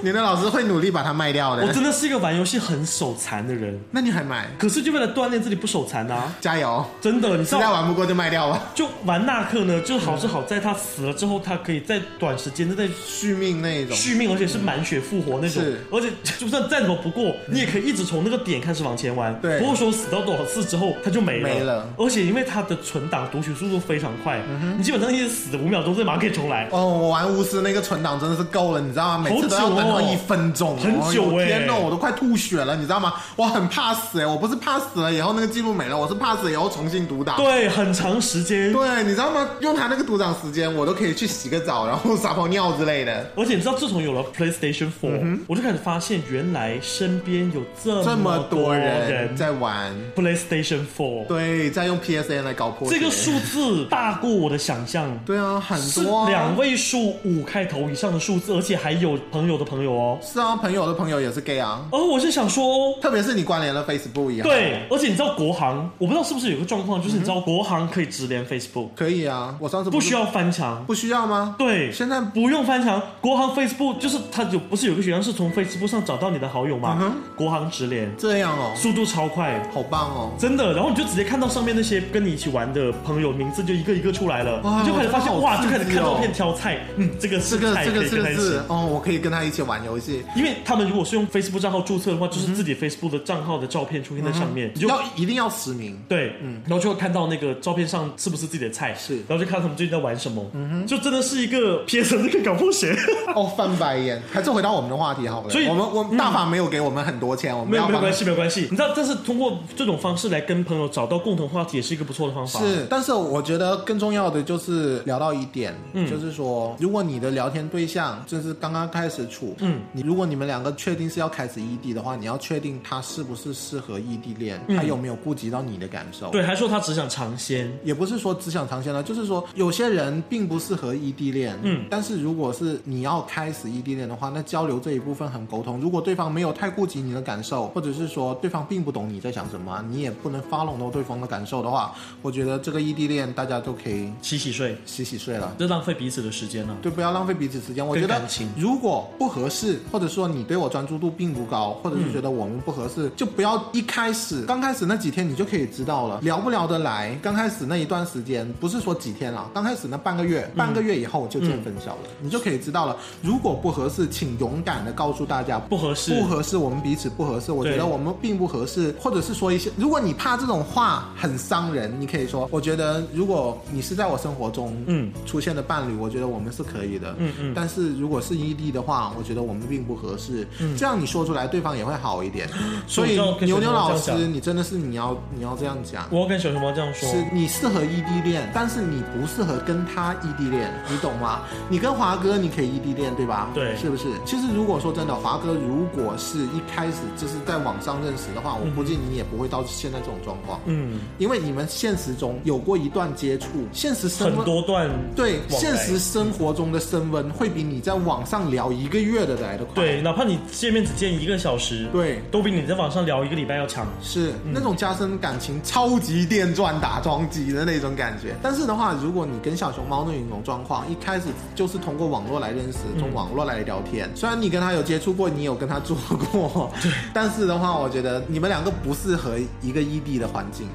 S2: 你的老师会努力把它卖掉
S3: 我
S2: 的。
S3: 真的是一个玩游戏很手残的人，
S2: 那你还买？
S3: 可是就为了锻炼自己不手残啊！
S2: 加油！
S3: 真的，你
S2: 实
S3: 知
S2: 在
S3: 道，
S2: 玩不过就卖掉吧，
S3: 就玩纳克呢，就好是好在他死了之后，他可以在短时间之内
S2: 续命那一种。
S3: 续命，而且是满血复活那种
S2: 是，
S3: 而且就算再怎么不过，你也可以一直从那个点开始往前玩，
S2: 对
S3: 不会说死到多少次之后它就没了。
S2: 没了嗯
S3: 而且因为它的存档读取速度非常快，你基本上一直死五秒钟，再马上可以重来。
S2: 哦，我玩巫师那个存档真的是够了，你知道吗？每次都要等
S3: 好
S2: 到
S3: 久哦
S2: 一分钟，
S3: 很久
S2: 哦
S3: 欸
S2: 呦天呐，我都快吐血了，你知道吗？我很怕死哎，我不是怕死了以后那个记录没了，我是怕死以后重新读档。
S3: 对，啊很长时 间。
S2: 对，你知道吗？用他那个读档时间，我都可以去洗个澡，然后撒泡尿之类 的。
S3: 而且你知道，自从有了 PlayStation 4、我
S2: 嗯
S3: 就开始发现，原来身边有这
S2: 这么
S3: 么
S2: 多
S3: 人
S2: 人在玩，
S3: PlayStation 4，
S2: 对，在用 PSN 来搞破
S3: 这个
S2: 解
S3: 数字大过我的想象。
S2: 对啊，很
S3: 是
S2: 多啊
S3: 两位数五开头以上的数字，而且还有朋友的朋友哦。
S2: 是啊，朋友的朋友也是 gay 啊，
S3: 而我是想说，
S2: 特别是你关联了 Facebook 以后，，
S3: 对，而且你知道国行，我不知道是不是有个状况，就是你知
S2: 嗯
S3: 道国行可以直连 Facebook，
S2: 可以啊，我上次
S3: 不
S2: 不是
S3: 需要翻墙。
S2: 不需要吗？
S3: 对，
S2: 嗯现在
S3: 不用翻墙，国行 Facebook 就是它有不是有个选项是从 Facebook 上找到你的好友
S2: 嗯
S3: 嘛？国行直连，
S2: 这样哦，
S3: 速度超快。
S2: 好棒哦，
S3: 真的，然后你就直接看到上面那些跟你一起玩的朋友名字就一个一个出来了，
S2: 哇
S3: 你就开始发现
S2: 真的好
S3: 哇，就开始
S2: 刺激
S3: 看照
S2: 哦
S3: 片挑菜，嗯，这个
S2: 这
S3: 是
S2: 个
S3: 菜
S2: 这
S3: 可
S2: 个
S3: 以
S2: 这
S3: 跟他
S2: 个
S3: 一起
S2: 是。哦，我可以跟他一起玩游戏，
S3: 因为他们如果是用 Facebook 账号注册的话，就是自己 Facebook 的账号的照片出现在上面，你就
S2: 要一定要实名，
S3: 对，嗯，然后就会看到那个照片上是不是自己的菜，
S2: 是
S3: 然后就看他们最近在玩什么，嗯哼，就真的是一个撇成这个搞破 鞋，
S2: 哦，翻白眼，还是回到我们的话题好了，
S3: 所以嗯
S2: 我们我们大法没有给我们很多钱，我们
S3: 没有
S2: 要
S3: 没有
S2: 帮
S3: 关系没有关系，你知道，但是通过这种方式来跟朋友找到共同话题也是一个不错的方法，，
S2: 是，但是我觉得更重要的就是聊到一点，
S3: 嗯
S2: 就是说，如果你的聊天对象就是刚刚开始处，
S3: 嗯，
S2: 你如果你们两个确定是要开始异地的话，你要确定他是不是适合异地恋，
S3: 嗯
S2: 他有没有顾及到你的感受。
S3: 对，，还说他只想尝鲜，
S2: 也不是说只想尝鲜了，啊就是说有些人并不适合异地恋，
S3: 嗯
S2: 但是如果是你要开始异地恋的话，那交流这一部分很沟通。如果对方没有太顾及你的感受，或者是说对方并不懂你在想什么，你也不能 follow 到对方的感受的话，我觉得这个异地恋大家都可以
S3: 洗洗睡，
S2: 洗洗睡了。
S3: 这浪费彼此的时间了、啊
S2: 对，不要浪费彼此时间。我觉
S3: 跟
S2: 得
S3: 感情，
S2: 如果不合适，或者说你对我专注度并不高，或者是觉得我们不合
S3: 嗯
S2: 适，就不要一开始刚开始那几天你就可以知道了，聊不聊得来。刚开始那一段时间，不是说几天啦，刚开始那半个月，半个月以后就见分晓了，你就可以知道了。如果不合适，请勇敢的告诉大家
S3: 不合适
S2: 不合适，我们彼此不合适。我觉
S3: 对
S2: 得我们并不合适，或者是说一些，如果你怕这种话很伤人，你可以说，我觉得如果你是在我生活中，
S3: 嗯。
S2: 出现的伴侣，我觉得我们是可以的。
S3: 嗯嗯
S2: 但是如果是异地的话，我觉得我们并不合适。这样你说出来，对方也会好一点。所以
S3: 嗯所以我就要跟
S2: 牛
S3: 小熊
S2: 牛
S3: 猫
S2: 老
S3: 这
S2: 师
S3: 样，讲
S2: 你真的是你要你要这样讲。
S3: 我要跟小熊猫这样说，
S2: 是你适合异地恋，但是你不适合跟他异地恋，你懂吗？你跟华哥你可以异地恋，对吧？
S3: 对
S2: 是不是？其实如果说真的，华哥如果是一开始就是在网上认识的话，我估计你也不会到现在这种状况，
S3: 嗯，
S2: 因为你们现实中有过一段接触，现实生
S3: 很
S2: 活
S3: 多段
S2: 对，
S3: 往
S2: 现
S3: 来
S2: 实生活中的升温会比你在网上聊一个月的来的快。
S3: 对，哪怕你见面只见一个小时，
S2: 对
S3: 都比你在网上聊一个礼拜要强。
S2: 是、那种加深感情超级电钻打桩机的那种感觉。但是的话，如果你跟小熊猫那种状况，一开始就是通过网络来认识，从网络来聊天，虽然你跟他有接触过，你有跟他做过，对，但是的话，我觉得你们两个不适合一个异地的环境。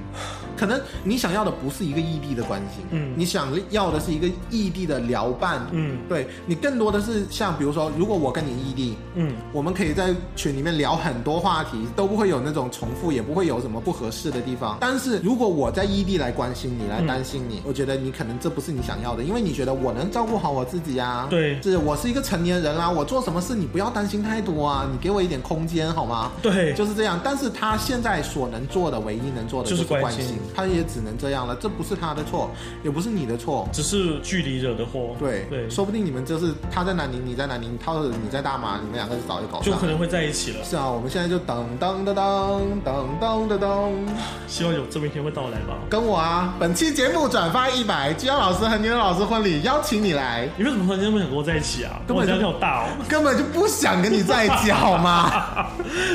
S2: 可能你想要的不是一个异地的关心，
S3: 嗯
S2: 你想要的是一个异地的聊伴，
S3: 嗯
S2: 对你更多的是像比如说，如果我跟你异地，
S3: 嗯，
S2: 我们可以在群里面聊很多话题，都不会有那种重复，也不会有什么不合适的地方。但是如果我在异地来关心你，
S3: 嗯
S2: 来担心你，我觉得你可能这不是你想要的，因为你觉得我能照顾好我自己呀、
S3: 对
S2: 是我是一个成年人啦、啊我做什么事你不要担心太多啊，你给我一点空间好吗？
S3: 对，
S2: 就是这样，但是他现在所能做的，唯一能做的
S3: 就是
S2: 是关
S3: 关心
S2: 他也只能这样了，这不是他的错，也不是你的错，
S3: 只是距离惹的祸。
S2: 对
S3: 对，
S2: 说不定你们就是他在南宁，你在南宁，他或者你在大马，你们两个就早就搞
S3: 就
S2: 上
S3: 可
S2: 了。
S3: 能会在一起了。
S2: 是啊，我们现在就当当当当当当当当，
S3: 希望有这么一天会到来吧。
S2: 跟我啊！本期节目转发一百，居阳老师和牛老师婚礼邀请你来，
S3: 你为什么突然间那么想跟我在一起啊？
S2: 根
S3: 我
S2: 本就
S3: 压力好大哦。
S2: 根本就不想跟你在一起，好吗？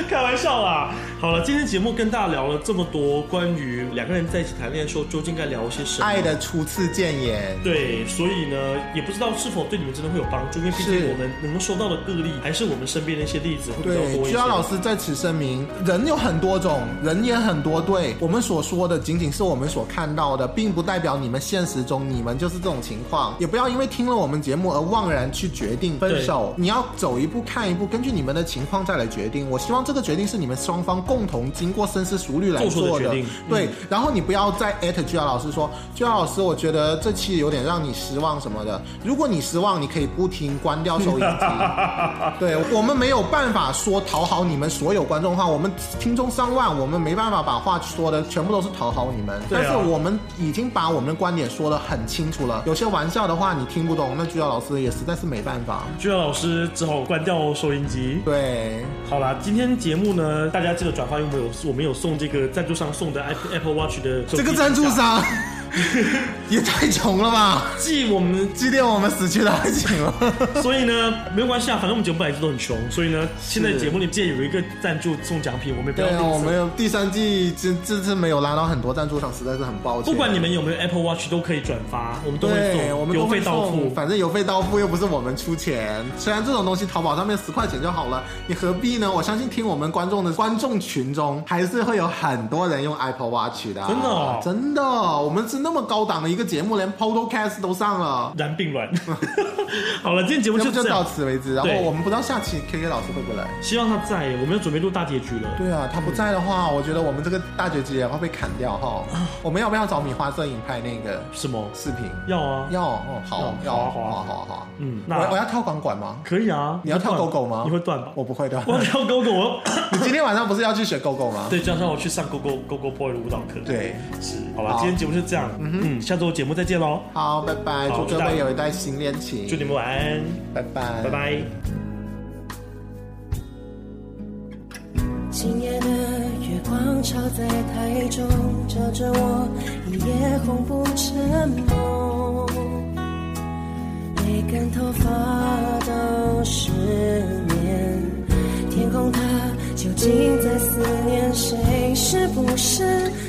S3: 开玩笑啦。好了，今天节目跟大家聊了这么多关于两个人在一起谈恋爱的时候究竟该聊些什么。
S2: 爱的初次见眼，
S3: 对，所以呢，也不知道是否对你们真的会有帮助，因为毕
S2: 是
S3: 竟我们能够收到的个例，还是我们身边的一些例子会比较
S2: 对，
S3: 多一
S2: 居
S3: 些。
S2: 阳老师在此声明，人有很多种，人也很多对。我们所说的仅仅是我们所看到的，并不代表你们现实中你们就是这种情况。也不要因为听了我们节目而妄然去决定分手。你要走一步看一步，根据你们的情况再来决定。我希望这个决定是你们双方共同经过深思熟虑来
S3: 做出的
S2: 做
S3: 决
S2: 的
S3: 定。嗯
S2: 对，然后你不要再艾特居瑶老师说，居瑶老师，我觉得这期有点让你失望什么的。如果你失望，你可以不听，关掉收音机。 对我们没有办法说讨好你们所有观众的话，我们听众上万，我们没办法把话说的全部都是讨好你们。
S3: 对啊
S2: 但是我们已经把我们的观点说的很清楚了，有些玩笑的话你听不懂，那居瑶老师也实在是没办法。
S3: 居然老师只好关掉收音机。
S2: 对，
S3: 好啦，今天节目呢，大家记得转发，因为我们有我们有送这个赞助商送的 Apple Apple Watch 的手机
S2: 这个赞助
S3: 支架，
S2: 商 也太穷了 吧，
S3: 既我们
S2: 祭奠我们死去的爱情了。
S3: 所以呢，没有关系啊，反正我们节目本来就都很穷，所以呢，现在节目里面有一个赞助送奖品，我们也不要
S2: 对啊，
S3: 吝啬
S2: 我们有第三季这这次没有拉到很多赞助商，实在是很抱歉。
S3: 不管你们有没有 Apple Watch 都可以转发，我们都会
S2: 对，我
S3: 送，
S2: 们都
S3: 邮
S2: 会
S3: 费到
S2: 送
S3: 付。
S2: 反正邮费到付又不是我们出钱。虽然这种东西淘宝上面十块钱就好了，你何必呢？我相信听我们观众的观众群中，还是会有很多人用 Apple Watch 的啊、
S3: 真的哦
S2: 真的，我们是那么高档的一个节目，连 Podcast 都上了。
S3: 然并卵。 好了，今天节目
S2: 那
S3: 就
S2: 么就
S3: 这
S2: 到
S3: 样，
S2: 此为止，然后
S3: 对
S2: 我们不知道下期 K K 老师会不会来。
S3: 希望他在，我们要准备录大结局了。
S2: 对啊，他不在的话，我觉得我们这个大结局也会被砍掉哈。我们要不要找米花摄影拍那个
S3: 什么？
S2: 视频？
S3: 要啊，
S2: 要哦，好，
S3: 要
S2: 要，
S3: 好啊好
S2: 好
S3: 啊
S2: 啊，好啊，好啊。
S3: 嗯，
S2: 我我
S3: 那
S2: 要跳钢管吗？
S3: 可以啊。
S2: 你要跳
S3: 断
S2: 狗狗吗
S3: 你会断吧？
S2: 我不会的。
S3: 我要跳狗狗，我要
S2: 你今天晚上不是要去学狗狗吗？
S3: 对，加上我去上狗狗狗狗 boy 的舞蹈课。，
S2: 对，
S3: 是，好吧，
S2: 好
S3: 今天节目就这样。嗯，下周节目再见喽，
S2: 好，拜拜，
S3: 好
S2: 祝各
S3: 拜拜
S2: 位有一段新恋情，
S3: 祝你们晚安，
S2: 拜拜，
S3: 拜。拜。
S4: 今夜的月光照在台中，照着我一夜红不成梦，每根头发都失眠。天空它究竟在思念谁？是不是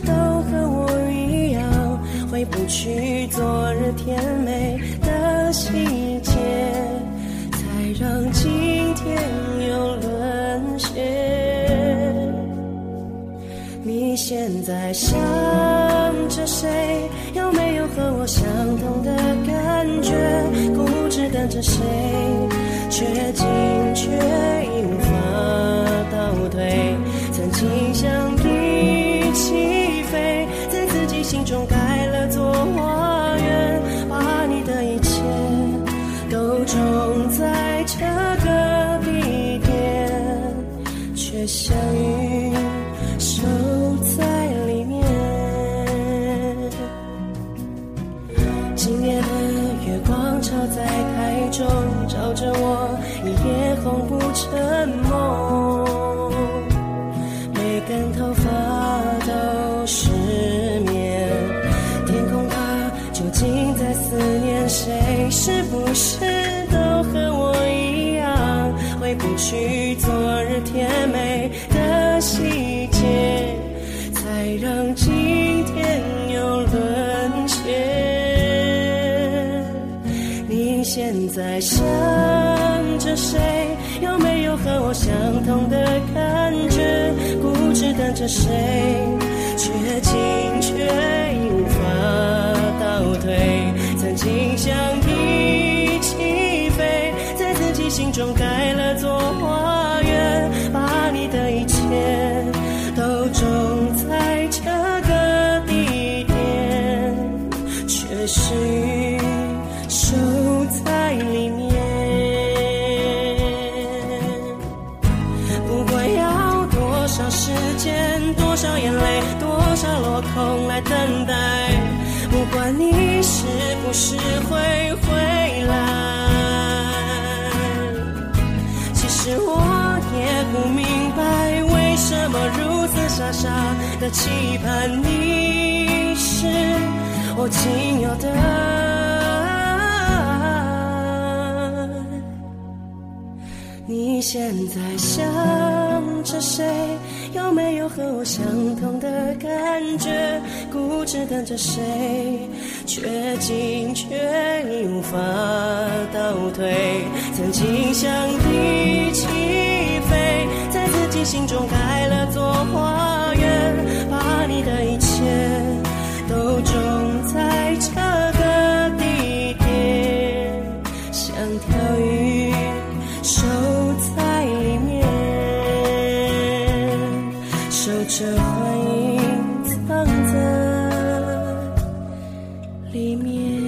S4: 都和我一样，回不去昨日甜美的细节？才让今天又沦陷。你现在想着谁？有没有和我相同的感觉？固执等着谁？却进却已无法倒退。曾经想一起飞，在自己心中盖了座花园，把你的一切都种在这个地点，却相遇守在里面。今夜的月光照在台中，照着我一夜红不成梦。每根头发都失眠。天空它究竟在思念谁？是不是都和我一样，回不去昨日甜美的细节，才让今天又沦陷？你现在在想着谁，有没有和我相同的感觉？固执等着谁，却进却已无法倒退。曾经想一起飞，在自己心中盖了座花园，把你的一切都种在这个地点。却是收在里面。不管要多少时间，多少眼泪，多少落空来等待。不管你是不是会回来。其实我也不明白，为什么如此傻傻的期盼你是我仅有的爱。你现在想着谁？有没有和我相同的感觉？固执等着谁？却进却已无法倒退。曾经想一起飞，在自己心中盖了座花园，把你的一切都种在这个地点。像条鱼守在里面，守着回忆藏在里面。